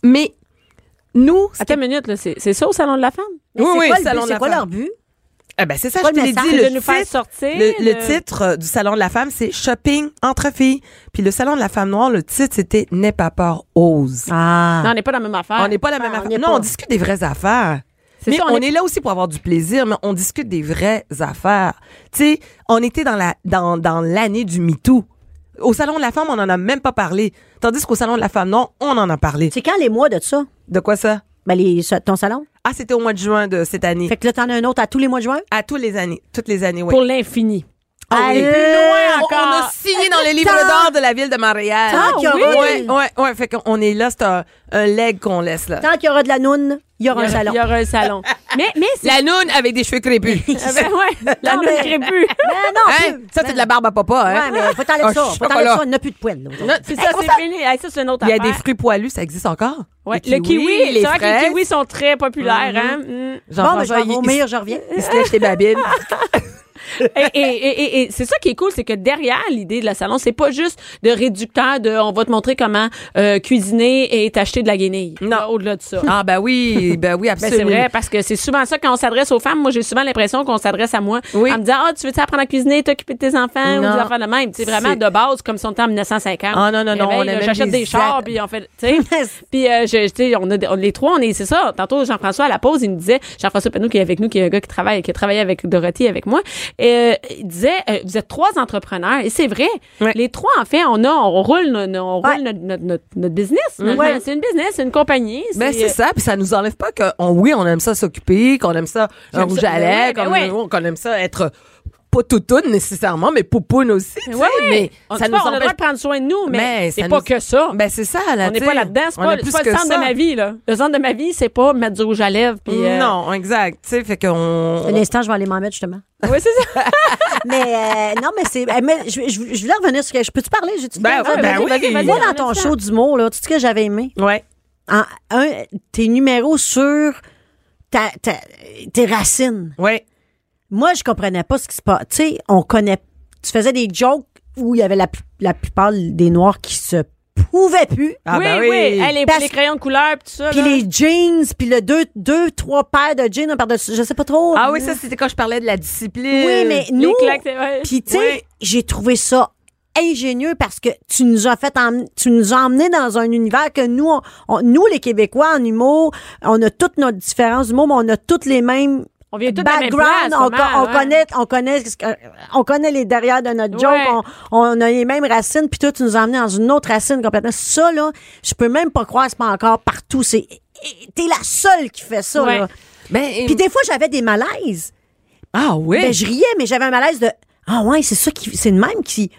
Speaker 5: Mais nous, ce
Speaker 3: Attends
Speaker 5: qui-
Speaker 3: une minute, là, c'est c'est ça au salon de la femme?
Speaker 4: Mais
Speaker 5: Oui,
Speaker 4: c'est
Speaker 5: oui,
Speaker 4: quoi, le
Speaker 5: salon
Speaker 4: but?
Speaker 5: de
Speaker 4: C'est
Speaker 5: la
Speaker 4: quoi
Speaker 5: femme.
Speaker 4: leur but?
Speaker 5: Ah ben c'est ça,
Speaker 4: Quoi
Speaker 5: je te
Speaker 4: le
Speaker 5: l'ai
Speaker 4: message?
Speaker 5: dit,
Speaker 3: de
Speaker 5: le
Speaker 3: nous faire
Speaker 5: titre-
Speaker 3: sortir,
Speaker 5: Le, le
Speaker 3: de-
Speaker 5: titre euh, du salon de la femme, c'est Shopping entre filles. Puis le salon de la femme noire, le titre c'était N'aie pas peur, ose.
Speaker 4: Ah.
Speaker 3: Non, on n'est pas dans la même affaire.
Speaker 5: On n'est pas la même
Speaker 4: on
Speaker 5: affaire.
Speaker 4: n'est
Speaker 5: Non,
Speaker 4: pas.
Speaker 5: on discute des vraies affaires.
Speaker 3: C'est
Speaker 5: Mais
Speaker 3: ça, on
Speaker 5: on,
Speaker 3: est-
Speaker 5: est... là aussi pour avoir du plaisir, mais on discute des vraies affaires. Tu sais, on était dans la dans, dans l'année du MeToo. Au salon de la femme, on n'en a même pas parlé. Tandis qu'au salon de la femme noire, on en a parlé.
Speaker 4: C'est quand les mois de ça?
Speaker 5: De quoi ça?
Speaker 4: Ben, les, ce- ton salon?
Speaker 5: Ah, c'était au mois de juin de cette année.
Speaker 4: Fait que là, t'en as un autre à tous les mois de juin?
Speaker 5: À toutes les années. Toutes les années, oui.
Speaker 3: Pour l'infini.
Speaker 5: Ah oui.
Speaker 4: Allez,
Speaker 5: Plus loin
Speaker 4: on-
Speaker 5: encore. On, a signé dans les livres d'or de la ville de Montréal.
Speaker 4: Ah, Ah, qu'il y oui? aura-
Speaker 5: Ouais, ouais, ouais. Fait qu'on est là, c'est un, un leg qu'on laisse là.
Speaker 4: Tant qu'il y aura de la noune, il y
Speaker 3: Il y
Speaker 4: aura un
Speaker 3: aura-
Speaker 4: salon.
Speaker 3: Il y aura un salon. mais mais c'est.
Speaker 5: La noune avec des cheveux crépus.
Speaker 3: Ah ben ouais, la
Speaker 4: Non,
Speaker 3: lune
Speaker 4: mais-
Speaker 3: crépue.
Speaker 4: Ben non,
Speaker 5: Hein?
Speaker 4: plus.
Speaker 5: Ça, c'est de la barbe à papa, hein?
Speaker 4: Ouais, mais faut t'enlever
Speaker 5: Un
Speaker 4: ça. Faut t'enlever
Speaker 5: chocolat.
Speaker 4: ça. On n'a plus de poils. là, aujourd'hui.
Speaker 3: C'est ça, c'est fini. Ah, ça, c'est une autre
Speaker 5: Il y a
Speaker 3: affaire.
Speaker 5: des fruits poilus, ça existe encore?
Speaker 3: Ouais, Le kiwi,
Speaker 5: les
Speaker 3: c'est vrai que les
Speaker 5: fraises.
Speaker 3: kiwis sont très populaires. hein? Mm.
Speaker 4: Bon, ben, je
Speaker 5: Jean-François,
Speaker 4: vais
Speaker 5: il-
Speaker 4: vomir, je reviens.
Speaker 5: il, il se lèche les babines.
Speaker 3: et, et- et- et- et c'est ça qui est cool, c'est que derrière l'idée de la salon, c'est pas juste de réducteur de on va te montrer comment euh, cuisiner et t'acheter de la guenille. Non, au-delà de ça.
Speaker 5: ah, ben oui, ben oui,
Speaker 3: Ben,
Speaker 5: absolument.
Speaker 3: c'est vrai, parce que c'est souvent ça quand on s'adresse aux femmes. Moi, j'ai souvent l'impression qu'on s'adresse à moi.
Speaker 5: Oui.
Speaker 3: En me disant, ah, tu veux-tu apprendre à cuisiner, t'occuper de tes enfants ou
Speaker 5: Non.
Speaker 3: des affaires de même? C'est vraiment
Speaker 5: C'est-
Speaker 3: de base, comme si on était en 1950.
Speaker 5: Ah, non, non, non,
Speaker 3: Réveil,
Speaker 5: on
Speaker 3: là,
Speaker 5: amène
Speaker 3: J'achète
Speaker 5: des
Speaker 3: des chars,
Speaker 5: at-
Speaker 3: puis on fait, tu sais. Puis, euh, je- tu sais, on a des- on- les trois, on est, c'est ça. Tantôt, Jean-François, à la pause, il me disait, Jean-François Penou, qui est avec nous, qui est un gars qui travaille, qui a travaillé avec Dorothée, avec moi, euh, il disait, euh, vous êtes trois entrepreneurs. Et c'est vrai.
Speaker 5: Ouais.
Speaker 3: Les trois, en fait, on a, on roule, no- no- on roule
Speaker 4: Ouais.
Speaker 3: notre, notre, notre, notre business. maintenant.
Speaker 4: Ouais.
Speaker 3: C'est une business, c'est euh, une compagnie.
Speaker 5: Mm. Ben, c'est ça, puis ça nous enlève pas que, on- oui, on aime ça s'occuper, qu'on aime ça un
Speaker 3: J'aime
Speaker 5: rouge
Speaker 3: ça- ben
Speaker 5: à
Speaker 3: oui,
Speaker 5: lèvres,
Speaker 3: ben
Speaker 5: qu'on
Speaker 3: oui.
Speaker 5: qu'on aime ça être pas toutoune nécessairement, mais poupoune aussi, tu sais,
Speaker 3: Ouais,
Speaker 5: mais
Speaker 3: on,
Speaker 5: ça
Speaker 3: ça
Speaker 5: nous
Speaker 3: on a le droit
Speaker 5: empêche
Speaker 3: de prendre soin de nous, mais,
Speaker 5: Mais
Speaker 3: c'est
Speaker 5: ça
Speaker 3: pas
Speaker 5: nous-
Speaker 3: que ça.
Speaker 5: Ben c'est ça, là,
Speaker 3: on n'est
Speaker 5: tu
Speaker 3: pas
Speaker 5: sais.
Speaker 3: là-dedans, c'est
Speaker 5: On
Speaker 3: pas,
Speaker 5: est
Speaker 3: c'est
Speaker 5: plus
Speaker 3: pas le
Speaker 5: que
Speaker 3: centre
Speaker 5: ça.
Speaker 3: de ma vie. Là. Le centre de ma vie, c'est pas mettre du rouge à lèvres. Puis, euh,
Speaker 5: Non, exact. Tu sais, fait qu'on.
Speaker 4: Un instant, je vais aller m'en mettre, justement.
Speaker 3: Oui, c'est ça.
Speaker 4: Mais euh, non, mais c'est. eh, mais je, je, je voulais revenir sur. quelque- Je peux-tu parler? J'ai-tu le
Speaker 5: Ben,
Speaker 4: temps de dire?
Speaker 5: ben oui.
Speaker 4: Vas-y, vas-y, Moi, dans ton show d'humour, là, tu sais ce que j'avais aimé?
Speaker 5: Ouais.
Speaker 4: En, un, tes numéros sur ta, ta- tes racines.
Speaker 5: Ouais.
Speaker 4: Moi, je comprenais pas ce qui se passe. Tu sais, on connaît. Tu faisais des jokes où il y avait la, pu- la plupart des Noirs qui se pouvaient plus.
Speaker 5: Ah,
Speaker 3: oui,
Speaker 5: ben
Speaker 3: oui.
Speaker 5: oui.
Speaker 3: Hey, les,
Speaker 4: Parce-
Speaker 3: les crayons de couleur, puis tout ça.
Speaker 4: Puis
Speaker 3: là.
Speaker 4: les jeans, puis le deux, deux, trois paires de jeans par dessus, je sais pas trop.
Speaker 5: Ah oui, ça, c'était quand je parlais de la discipline.
Speaker 4: Oui, mais
Speaker 3: Les
Speaker 4: nous.
Speaker 3: claques, c'est- ouais.
Speaker 4: Puis tu sais,
Speaker 5: Oui.
Speaker 4: j'ai trouvé ça ingénieux parce que tu nous as fait emmener- tu nous as emmené dans un univers que nous on- on- nous les Québécois en humour, on a toutes notre différence d'humour, mais on a toutes les mêmes
Speaker 3: On vient tous de la même
Speaker 4: background,
Speaker 3: place,
Speaker 4: on,
Speaker 3: pas mal,
Speaker 4: co- on
Speaker 3: ouais.
Speaker 4: connaît on connaît ce que- on connaît les derrière de notre joke,
Speaker 3: Ouais.
Speaker 4: on, on a les mêmes racines puis toi tu nous as emmené dans une autre racine complètement. Ça là, je peux même pas croire c'est pas encore partout, c'est t'es la seule qui fait ça
Speaker 3: Ouais.
Speaker 4: là.
Speaker 5: Ben,
Speaker 4: Puis des fois j'avais des malaises.
Speaker 5: Ah oui.
Speaker 4: Ben, je riais, mais j'avais un malaise de Ah ouais, c'est ça qui. C'est le même qui.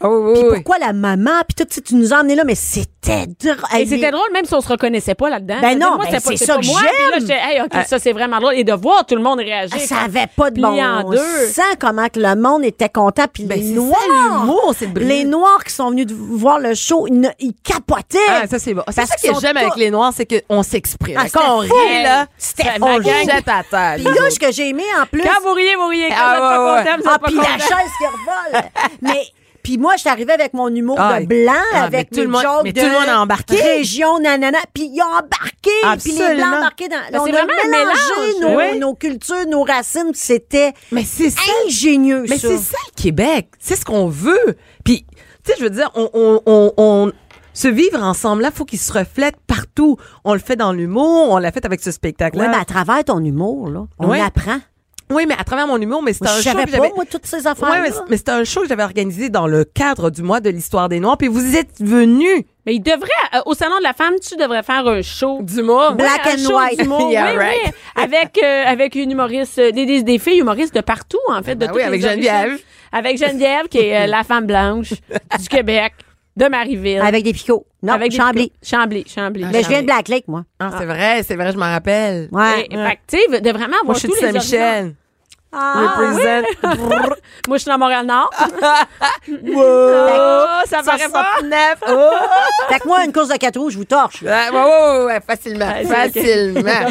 Speaker 5: Ah oui, oui,
Speaker 4: Puis
Speaker 5: oui.
Speaker 4: pourquoi la maman? Puis tout, tu sais, tu nous as emmenés là, mais c'était dur.
Speaker 3: Et c'était drôle, même si on se reconnaissait pas là-dedans.
Speaker 4: Ben non,
Speaker 3: moi,
Speaker 4: ben
Speaker 3: c'était pas-
Speaker 4: c'est
Speaker 3: c'était
Speaker 4: ça
Speaker 3: pas
Speaker 4: que
Speaker 3: moi. Puis là,
Speaker 4: j'aime.
Speaker 3: j'étais, hey,
Speaker 5: Ah.
Speaker 3: OK, ça, c'est vraiment drôle. Et de voir tout le monde réagir.
Speaker 4: Ça
Speaker 3: comme
Speaker 4: avait pas de
Speaker 3: plié
Speaker 4: bon
Speaker 3: en deux.
Speaker 4: sens comment que le monde était content. Puis
Speaker 5: Ben,
Speaker 4: les
Speaker 5: c'est ça,
Speaker 4: Noirs,
Speaker 5: l'humour, c'est de briller.
Speaker 4: les Noirs qui sont venus de- voir le show, ils, ne- ils capotaient.
Speaker 5: Ah, ça, c'est bon. C'est
Speaker 4: Parce
Speaker 5: ça
Speaker 4: qu'ils
Speaker 5: que
Speaker 4: sont
Speaker 5: j'aime avec
Speaker 4: tous-
Speaker 5: les Noirs, c'est qu'on s'exprime.
Speaker 4: Ah,
Speaker 5: quand on
Speaker 4: c'était fou.
Speaker 5: rit, là,
Speaker 4: C'était
Speaker 5: on
Speaker 3: ma
Speaker 5: le
Speaker 3: gang.
Speaker 5: jette à terre.
Speaker 4: Puis là, ce que j'ai aimé en plus...
Speaker 3: Quand vous riez, vous riez. Quand vous
Speaker 5: Ah,
Speaker 3: êtes pas
Speaker 5: ouais, ouais.
Speaker 3: content, vous
Speaker 4: Ah,
Speaker 3: êtes pas
Speaker 4: puis la
Speaker 3: content.
Speaker 4: chaise qui revole. mais puis moi, je suis arrivée avec mon humour
Speaker 5: Ah,
Speaker 4: de blanc,
Speaker 5: ah,
Speaker 4: avec
Speaker 5: mais tout
Speaker 4: mes
Speaker 5: le monde-
Speaker 4: jokes
Speaker 5: mais
Speaker 4: de
Speaker 5: tout le monde a embarqué.
Speaker 4: Région, nanana. Puis ils ont embarqué. Puis les
Speaker 5: Absolument.
Speaker 4: blancs embarqués dans.
Speaker 3: Ben,
Speaker 4: on
Speaker 3: c'est
Speaker 4: a
Speaker 3: vraiment un
Speaker 4: mélangé
Speaker 3: mélange,
Speaker 4: nos,
Speaker 3: oui.
Speaker 4: nos cultures, nos racines. puis C'était
Speaker 5: Mais c'est ça.
Speaker 4: ingénieux,
Speaker 5: Mais
Speaker 4: ça.
Speaker 5: c'est ça le Québec. C'est ce qu'on veut. Puis, tu sais, je veux dire, on, on, on, on- ce vivre ensemble-là, faut qu'il se reflète partout. On le fait dans l'humour, on l'a fait avec ce
Speaker 4: Oui,
Speaker 5: spectacle-là.
Speaker 4: mais ben, à travers ton humour, là, on
Speaker 5: Ouais.
Speaker 4: apprend.
Speaker 5: Oui, mais à travers mon humour, mais c'est
Speaker 4: Moi,
Speaker 5: un
Speaker 4: je
Speaker 5: show
Speaker 4: savais
Speaker 5: que
Speaker 4: pas,
Speaker 5: j'avais-
Speaker 4: moi, toutes ces affaires-là.
Speaker 5: Ouais, mais, mais c'était un show que j'avais organisé dans le cadre du mois de l'histoire des Noirs. Puis vous êtes venus
Speaker 3: Mais il devrait, euh, au Salon de la Femme, tu devrais faire un show.
Speaker 5: du mois.
Speaker 3: Ouais,
Speaker 4: Black
Speaker 3: un
Speaker 4: and
Speaker 3: show
Speaker 4: white.
Speaker 3: d'humour,
Speaker 5: Yeah,
Speaker 3: oui,
Speaker 5: right.
Speaker 3: oui. avec, euh, avec une humoriste, euh, des, des, des filles humoristes de partout, en fait. de
Speaker 5: ben
Speaker 3: toutes
Speaker 5: oui,
Speaker 3: les
Speaker 5: avec
Speaker 3: origines.
Speaker 5: Geneviève.
Speaker 3: Avec Geneviève, qui est euh, la femme blanche du Québec, de Marieville.
Speaker 4: Avec des picots. Non,
Speaker 3: Avec des-
Speaker 4: Chambly.
Speaker 3: Chambly, Chambly.
Speaker 5: Ben,
Speaker 4: Mais je viens de Black Lake, moi.
Speaker 5: Ah, c'est vrai, c'est vrai, je m'en rappelle.
Speaker 4: Ouais.
Speaker 3: Et- fait que, tu sais, de vraiment avoir
Speaker 5: Moi, je suis de
Speaker 3: tous les origines.
Speaker 5: Saint-Michel.
Speaker 4: Ah.
Speaker 5: Represent.
Speaker 3: Moi, je suis dans Montréal-Nord.
Speaker 5: Wow.
Speaker 3: Oh, ça paraît pas.
Speaker 5: 69. Oh.
Speaker 4: Fait que moi, une course de quatre roues, je vous torche.
Speaker 5: Ouais, ouais, ouais, ouais, facilement.
Speaker 3: Ah, c'est-
Speaker 5: facilement.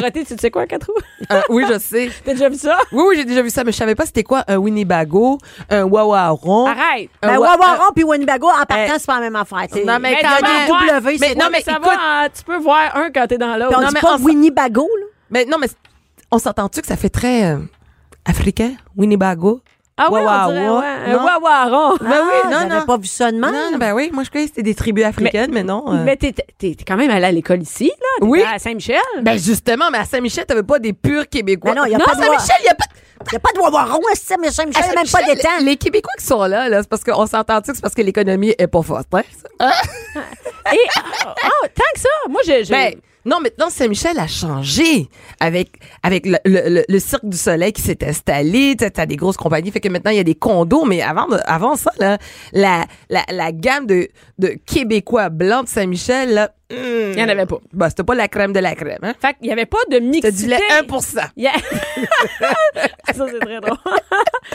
Speaker 3: Dorothée, tu sais quoi, quatre roues?
Speaker 5: Euh, oui, je sais.
Speaker 3: T'as déjà vu ça?
Speaker 5: Oui, oui, j'ai déjà vu ça, mais je savais pas c'était quoi un Winnebago, un Wawaron.
Speaker 3: Arrête.
Speaker 5: Un
Speaker 4: Ben,
Speaker 5: wa-
Speaker 4: Wawaron puis Winnebago, en partant,
Speaker 5: Hey.
Speaker 4: c'est pas la même affaire. t'sais.
Speaker 5: euh, Non, mais
Speaker 4: Il y a
Speaker 5: quand
Speaker 4: des
Speaker 5: même.
Speaker 4: W, c'est
Speaker 5: Mais non,
Speaker 4: quoi?
Speaker 3: mais ça
Speaker 5: écoute-
Speaker 3: va, euh, tu peux voir un quand t'es dans l'autre.
Speaker 4: Puis on
Speaker 5: non,
Speaker 4: dit
Speaker 5: mais
Speaker 4: pas
Speaker 5: on s'en-
Speaker 4: Winnebago, là.
Speaker 5: Mais non, mais c'est- on s'entend-tu que ça fait très euh, africain, Winnebago?
Speaker 3: Ah ouais, on
Speaker 5: Wawaron.
Speaker 3: dirait, ouais.
Speaker 5: Non.
Speaker 3: Un wawaron.
Speaker 5: Ben oui,
Speaker 4: Ah,
Speaker 5: non,
Speaker 4: j'avais
Speaker 5: non.
Speaker 4: pas vu ça de même.
Speaker 5: Non, non, ben oui, moi je croyais que c'était des tribus africaines, mais, non. euh.
Speaker 3: Mais t'es, t'es, t'es quand même allé à l'école ici, là? T'étais
Speaker 5: Oui.
Speaker 3: À Saint-Michel?
Speaker 5: Ben justement, mais à Saint-Michel, t'avais pas des purs Québécois.
Speaker 4: Ben non, y a
Speaker 5: non
Speaker 4: pas de loi.
Speaker 5: Saint-Michel, il y a pas.
Speaker 4: Il a pas de Wawaron, c'est mais Saint-Michel,
Speaker 5: à
Speaker 4: c'est même pas
Speaker 5: Saint-Michel,
Speaker 4: d'étang.
Speaker 5: Les Québécois qui sont là, là c'est parce qu'on s'entend-tu que c'est parce que l'économie est pas forte. Hein?
Speaker 3: Et, ah, ah, tant que ça, moi, je. je-
Speaker 5: Ben, non, maintenant, Saint-Michel a changé avec, avec le, le- le- le Cirque du Soleil qui s'est installé. T'as as des grosses compagnies. Fait que maintenant, il y a des condos. Mais avant, de- avant ça, là, la, la, la gamme de, de Québécois blancs de Saint-Michel, là,
Speaker 3: il y en avait pas.
Speaker 5: bah, c'était pas la crème de la crème. Hein?
Speaker 3: Fait qu'il y avait pas de mixité.
Speaker 5: T'as du lait 1
Speaker 3: Il y a- ça, c'est très drôle.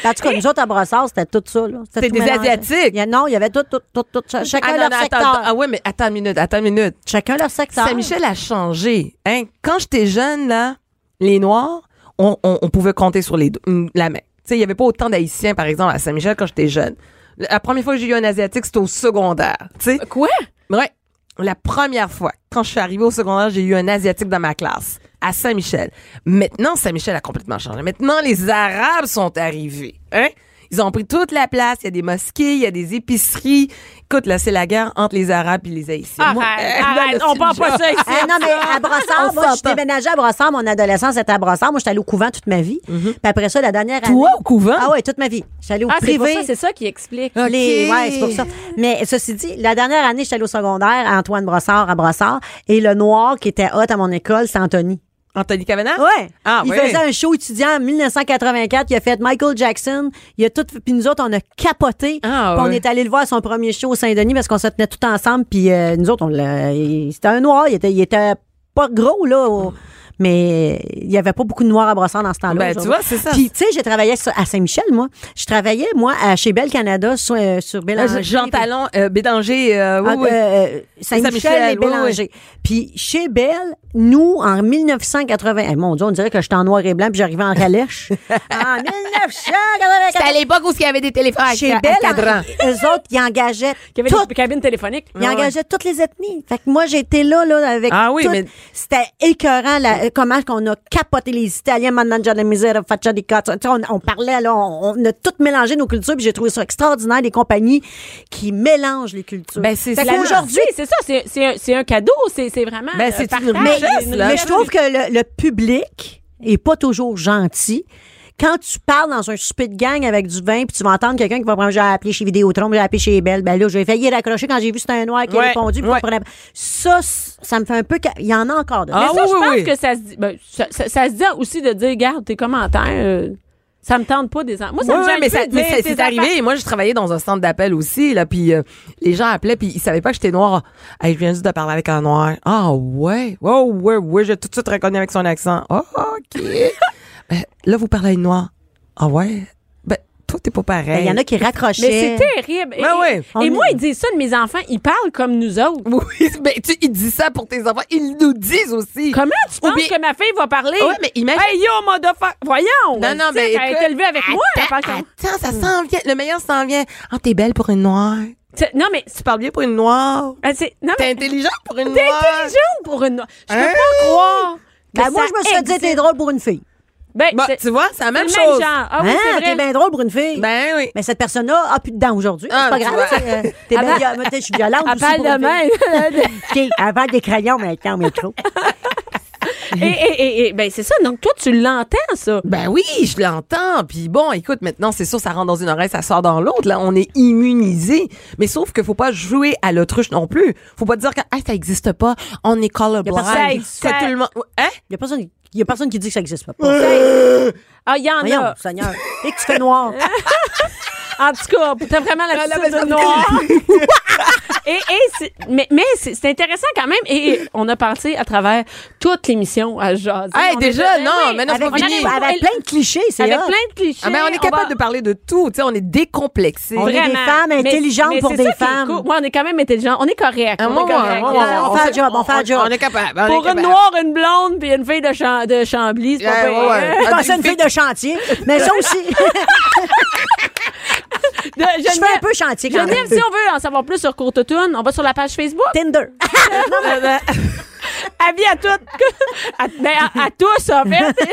Speaker 4: En tout cas, nous autres, à Brossard, c'était tout ça, là.
Speaker 5: C'était
Speaker 4: tout
Speaker 5: des
Speaker 4: mélangé.
Speaker 5: Asiatiques.
Speaker 4: Il y a- non, il y avait tout, tout, tout, tout. ch- Chacun
Speaker 5: Ah, non,
Speaker 4: leur
Speaker 5: non, attends,
Speaker 4: secteur.
Speaker 5: attends. ah ouais, mais attends une minute, attends une minute.
Speaker 4: Chacun leur secteur.
Speaker 5: Saint-Michel a changé. Hein? Quand j'étais jeune, là, les Noirs, on, on- on pouvait compter sur les, do- une- la main. Tu sais, Il n'y avait pas autant d'Haïtiens, par exemple, à Saint-Michel quand j'étais jeune. La première fois que j'ai eu un Asiatique, c'était au secondaire. tu sais.
Speaker 3: Quoi?
Speaker 5: Ouais. La première fois, quand je suis arrivée au secondaire, j'ai eu un Asiatique dans ma classe, à Saint-Michel. Maintenant, Saint-Michel a complètement changé. Maintenant, les Arabes sont arrivés. Hein? Ils ont pris toute la place. Il y a des mosquées, il y a des épiceries. Écoute, là, c'est la guerre entre les Arabes et les Haïtiens.
Speaker 3: Arrête,
Speaker 5: Moi, euh,
Speaker 3: arrête,
Speaker 5: là,
Speaker 3: on
Speaker 5: c'est
Speaker 3: parle pas
Speaker 5: genre-
Speaker 3: ça ici.
Speaker 4: Ah non, mais à Brossard,
Speaker 5: On
Speaker 4: moi, je suis
Speaker 5: s'entend.
Speaker 4: déménagée à Brossard. Mon adolescence était à Brossard. Moi, j'étais allée au couvent toute ma vie. Puis après ça, la dernière année.
Speaker 5: Mhm. Toi, au couvent?
Speaker 4: Ah ouais, toute ma vie. J'étais allée au
Speaker 3: Ah, c'est pour
Speaker 4: privé.
Speaker 3: ça, c'est ça qui explique.
Speaker 5: Ok.
Speaker 4: Les- ouais, c'est pour ça. Mais ceci dit, la dernière année, j'étais allée au secondaire à Antoine Brossard, à Brossard, et le noir qui était hot à mon école, c'est Anthony.
Speaker 5: Anthony Cavanaugh?
Speaker 4: Ouais.
Speaker 5: Ah,
Speaker 4: il
Speaker 5: oui.
Speaker 4: faisait un show étudiant en 1984. Il a fait Michael Jackson. Il a tout. Puis nous autres, on a capoté.
Speaker 5: Ah,
Speaker 4: Puis on
Speaker 5: ouais.
Speaker 4: est allé le voir à son premier show au Saint-Denis parce qu'on se tenait tout ensemble. Puis euh, nous autres, on l'a. il- C'était un noir. Il était, il était pas gros là. au- Mais il y avait pas beaucoup de noirs à brossard dans ce temps-là.
Speaker 5: Ben, tu
Speaker 4: aujourd'hui.
Speaker 5: vois, c'est ça.
Speaker 4: Puis, tu sais, j'ai travaillé sur- à Saint-Michel, moi. Je travaillais, moi, à, chez Belle Canada, sur, euh, sur
Speaker 5: Euh,
Speaker 4: Bélanger.
Speaker 5: Jean
Speaker 4: Puis-
Speaker 5: Talon, euh, Bédanger, euh, oui,
Speaker 4: ah,
Speaker 5: oui.
Speaker 4: euh, Saint-Michel
Speaker 5: Saint-Michel,
Speaker 4: et
Speaker 5: oui, oui.
Speaker 4: Bélanger. Puis chez Belle, nous, en 1980... eh, mon Dieu, on dirait que j'étais en noir et blanc puis j'arrivais en calèche. en 1984...
Speaker 5: l'époque où il y avait des téléphones à-
Speaker 4: Chez
Speaker 5: à- à
Speaker 4: Belle,
Speaker 5: cadran.
Speaker 4: en- eux autres, ils engageaient
Speaker 3: Qu'il y avait
Speaker 4: toutes,
Speaker 3: des cabines téléphoniques.
Speaker 4: ils engageaient toutes les ethnies. Fait que moi, j'étais là, là, avec
Speaker 5: Ah oui,
Speaker 4: toutes-
Speaker 5: mais-
Speaker 4: C'était écœurant, là, comment qu'on a capoté les Italiens, Mananja la misère, Faccia di Cazzo. Tu sais, On, on parlait, là, on, on a tout mélangé nos cultures, puis j'ai trouvé ça extraordinaire, des compagnies qui mélangent les cultures.
Speaker 5: Ben, c'est
Speaker 4: Fait
Speaker 5: ça.
Speaker 4: qu'aujourd'hui,
Speaker 3: Aujourd'hui, c'est ça, c'est, c'est, un, c'est un cadeau, c'est, c'est vraiment.
Speaker 5: Ben,
Speaker 3: euh,
Speaker 5: c'est
Speaker 3: partage,
Speaker 5: une richesse,
Speaker 3: une
Speaker 5: là.
Speaker 4: Mais je trouve que le, le public est pas toujours gentil. Quand tu parles dans un souper de gang avec du vin, puis tu vas entendre quelqu'un qui va prendre, j'ai appelé chez Vidéotron, j'ai appelé chez Belle, ben là, j'ai failli raccrocher quand j'ai vu que c'était un noir qui a
Speaker 5: Ouais,
Speaker 4: répondu. puis
Speaker 5: ouais.
Speaker 4: on prenait- Ça, c- ça me fait un peu... ca- Il y en a encore de
Speaker 3: Mais
Speaker 5: Ah,
Speaker 4: ça.
Speaker 3: ça, je
Speaker 5: oui,
Speaker 3: pense
Speaker 5: oui.
Speaker 3: que ça se dit. ben, ça, ça- ça se dit aussi de dire, garde tes commentaires. euh, ça me tente pas des. en- Moi, ça me
Speaker 5: Ouais,
Speaker 3: gêne
Speaker 5: mais
Speaker 3: plus
Speaker 5: ça-
Speaker 3: de
Speaker 5: mais
Speaker 3: dire
Speaker 5: ça-
Speaker 3: tes
Speaker 5: c'est
Speaker 3: affaires.
Speaker 5: arrivé. Moi, je travaillais dans un centre d'appel aussi, là, puis euh, les gens appelaient, puis ils savaient pas que j'étais noire. Hey, je viens juste de parler avec un noir. Ah ouais, oh ouais, ouais, j'ai tout de suite reconnu avec son accent. Ah, ok. Ben, là, vous parlez à une noire. Ah ouais. Ben, toi, t'es pas
Speaker 4: Ben,
Speaker 5: pareil.
Speaker 4: Il y en a qui raccrochaient.
Speaker 3: Mais c'est terrible. Et,
Speaker 5: Ouais, ouais.
Speaker 3: et
Speaker 4: On-
Speaker 3: moi, ils disent ça de mes enfants. Ils parlent comme nous autres.
Speaker 5: Oui, ben, tu, ils disent ça pour tes enfants. Ils nous disent aussi.
Speaker 3: Comment tu
Speaker 5: Ou
Speaker 3: penses
Speaker 5: bien-
Speaker 3: que ma fille va parler?
Speaker 5: Ouais, mais imagine-
Speaker 3: Hey, yo, motherfucker! Voyons!
Speaker 5: Non, non,
Speaker 3: Tu sais,
Speaker 5: mais.
Speaker 3: Elle
Speaker 5: écoute,
Speaker 3: est élevée avec moi. Elle parle
Speaker 5: Attends,
Speaker 3: comme... Hmm.
Speaker 5: attends, ça s'en vient. Le meilleur s'en vient. Ah, t'es belle pour une noire.
Speaker 3: Tu sais, Non, mais...
Speaker 5: Tu parles bien pour une noire.
Speaker 3: ah, c'est- Non,
Speaker 5: T'es
Speaker 3: mais...
Speaker 5: intelligente pour une
Speaker 3: T'es
Speaker 5: noire.
Speaker 3: intelligente pour une... Je peux
Speaker 5: Hein?
Speaker 3: pas croire que
Speaker 4: Ben, moi,
Speaker 3: ça
Speaker 4: je me suis dit,
Speaker 3: existe.
Speaker 4: t'es drôle pour une fille.
Speaker 3: Ben,
Speaker 5: Bah,
Speaker 3: c'est-
Speaker 5: tu vois, c'est la même
Speaker 3: c'est le
Speaker 5: chose.
Speaker 3: même genre. Ah oui,
Speaker 4: Hein,
Speaker 3: c'est vrai.
Speaker 4: t'es bien drôle pour une fille.
Speaker 5: Ben oui.
Speaker 4: Mais cette personne-là a plus de dents aujourd'hui. c'est
Speaker 5: Ah,
Speaker 4: pas
Speaker 5: tu
Speaker 4: grave.
Speaker 5: vois.
Speaker 4: tu sais, euh, T'es
Speaker 3: Elle
Speaker 4: bien,
Speaker 3: parle-
Speaker 4: viol- je suis violente
Speaker 3: Elle
Speaker 4: aussi
Speaker 3: parle
Speaker 4: pour
Speaker 3: de
Speaker 4: une fille.
Speaker 3: même.
Speaker 4: OK, avant des crayons maintenant au métro.
Speaker 3: et, et, et, et, ben, c'est ça. Donc, toi, tu l'entends, ça.
Speaker 5: Ben oui, je l'entends. Puis bon, écoute, maintenant, c'est sûr, ça rentre dans une oreille, ça sort dans l'autre. Là, on est immunisé. Mais sauf que faut pas jouer à l'autruche non plus. Faut pas dire que ah, ça existe pas. On est
Speaker 4: Y a
Speaker 5: colorblind.
Speaker 4: personne
Speaker 3: qui-
Speaker 5: Que tout le monde. Hein?
Speaker 4: Il y a personne, y a personne qui dit que ça n'existe pas.
Speaker 3: Ah, il y en
Speaker 4: Voyons,
Speaker 3: a.
Speaker 4: Seigneur. Et que tu fais noir.
Speaker 3: En tout cas, t'as vraiment la
Speaker 5: mais
Speaker 3: petite de
Speaker 5: ça me
Speaker 3: noir. et, et c'est- mais mais c'est c'est intéressant quand même. Et, et on a passé à travers toute l'émission à jaser.
Speaker 5: Hey,
Speaker 3: On
Speaker 5: déjà,
Speaker 3: était-
Speaker 5: non,
Speaker 3: oui,
Speaker 5: mais non, c'est
Speaker 4: avec,
Speaker 5: pas fini.
Speaker 3: arrive pas-
Speaker 4: avec plein de clichés, c'est
Speaker 3: Avec
Speaker 4: hot.
Speaker 3: plein de clichés.
Speaker 5: Ah ben, on est capable de parler de tout. Tu sais, on est décomplexé.
Speaker 4: On est des femmes intelligentes pour des femmes.
Speaker 3: Moi, on est quand même intelligents. On est correct.
Speaker 5: Ah,
Speaker 3: on
Speaker 5: moi,
Speaker 3: est correct.
Speaker 5: moi,
Speaker 4: on-
Speaker 5: moi,
Speaker 4: on fait le
Speaker 5: sait-
Speaker 4: job, on fait le job.
Speaker 5: On est capable. on est
Speaker 3: Pour une
Speaker 5: capable.
Speaker 3: noire, une blonde, puis une fille de, Cham- de Chambly, c'est pas
Speaker 5: Ouais,
Speaker 3: pire.
Speaker 5: ouais, ouais.
Speaker 4: Je pensais à une fille de chantier, mais ça aussi.
Speaker 3: De-
Speaker 4: je fais un
Speaker 3: Geneviève-
Speaker 4: peu chantier quand
Speaker 3: Geneviève,
Speaker 4: même.
Speaker 3: si on veut en savoir plus sur Courtetoune, on va sur la page Facebook.
Speaker 4: Tinder.
Speaker 3: Avis à toutes. à, ben, à- à tous, en fait.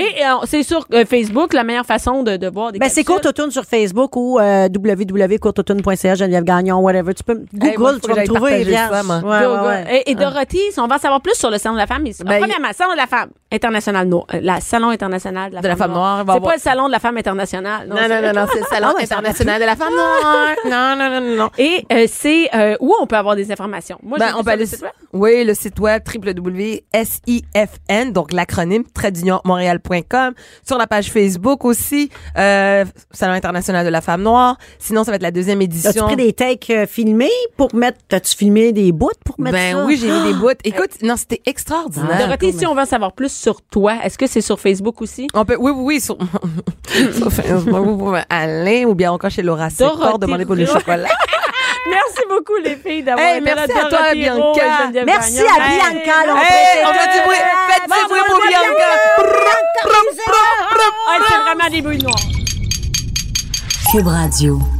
Speaker 3: Et euh, c'est sur euh, Facebook la meilleure façon de, de voir des
Speaker 4: Ben, c'est
Speaker 3: capsules.
Speaker 4: Courte Automne sur Facebook ou euh, www.courteautomne.ca, Geneviève Gagnon, whatever. Tu peux, m-
Speaker 5: Hey, moi,
Speaker 4: Google, tu
Speaker 5: faut que
Speaker 4: vas me
Speaker 5: j'aille
Speaker 4: trouver,
Speaker 5: partager
Speaker 4: vierge.
Speaker 5: ça, moi.
Speaker 4: Ouais, ouais,
Speaker 3: Go, go.
Speaker 4: ouais.
Speaker 3: Et, et Dorothée, si on va en savoir plus sur le salon de la femme, mais
Speaker 5: Ah. Ben,
Speaker 3: premièrement, salon de la femme internationale, non, euh, la salon international de la,
Speaker 5: De la femme noire, va
Speaker 3: C'est
Speaker 5: avoir-
Speaker 3: pas le salon de la femme internationale.
Speaker 5: Non, non, non, non, c'est le Salon international de la femme noire. Non, non, non, non, non.
Speaker 3: Et euh, c'est euh, où on peut avoir des informations. Moi, j'ai
Speaker 5: Ben,
Speaker 3: vu
Speaker 5: on
Speaker 3: ça
Speaker 5: peut aller
Speaker 3: sur le site web.
Speaker 5: Oui, le site web www.sifn, donc l'acronyme montréal.com Sur la page Facebook aussi, euh, Salon international de la femme noire. Sinon, ça va être la deuxième
Speaker 4: As-tu
Speaker 5: édition.
Speaker 4: pris des takes euh, filmés pour mettre, as-tu filmé des bouts pour mettre
Speaker 5: ben
Speaker 4: ça?
Speaker 5: oui, j'ai mis des bouts. Écoute, non, c'était extraordinaire.
Speaker 3: Dorothée, si on veut en savoir plus sur toi, est-ce que c'est sur Facebook aussi?
Speaker 5: On peut, oui, oui, oui, sur, sur Facebook, vous pouvez aller, ou bien encore chez Laura Secor,
Speaker 3: Dorothée
Speaker 5: demander pour le
Speaker 3: Roux.
Speaker 5: chocolat.
Speaker 3: Merci beaucoup, les filles, d'avoir
Speaker 5: Hey,
Speaker 3: été
Speaker 5: merci
Speaker 3: là.
Speaker 5: à toi,
Speaker 3: Dorothée
Speaker 5: Bianca.
Speaker 3: Roux et Geneviève
Speaker 4: Merci
Speaker 3: Gagnon.
Speaker 4: à
Speaker 3: Hey.
Speaker 4: Bianca Lompré.
Speaker 5: Hey, on fait du bruit, faites du bruit pour Bianca.
Speaker 3: Ah, c'est vraiment des bruits noirs.
Speaker 1: Cube Radio.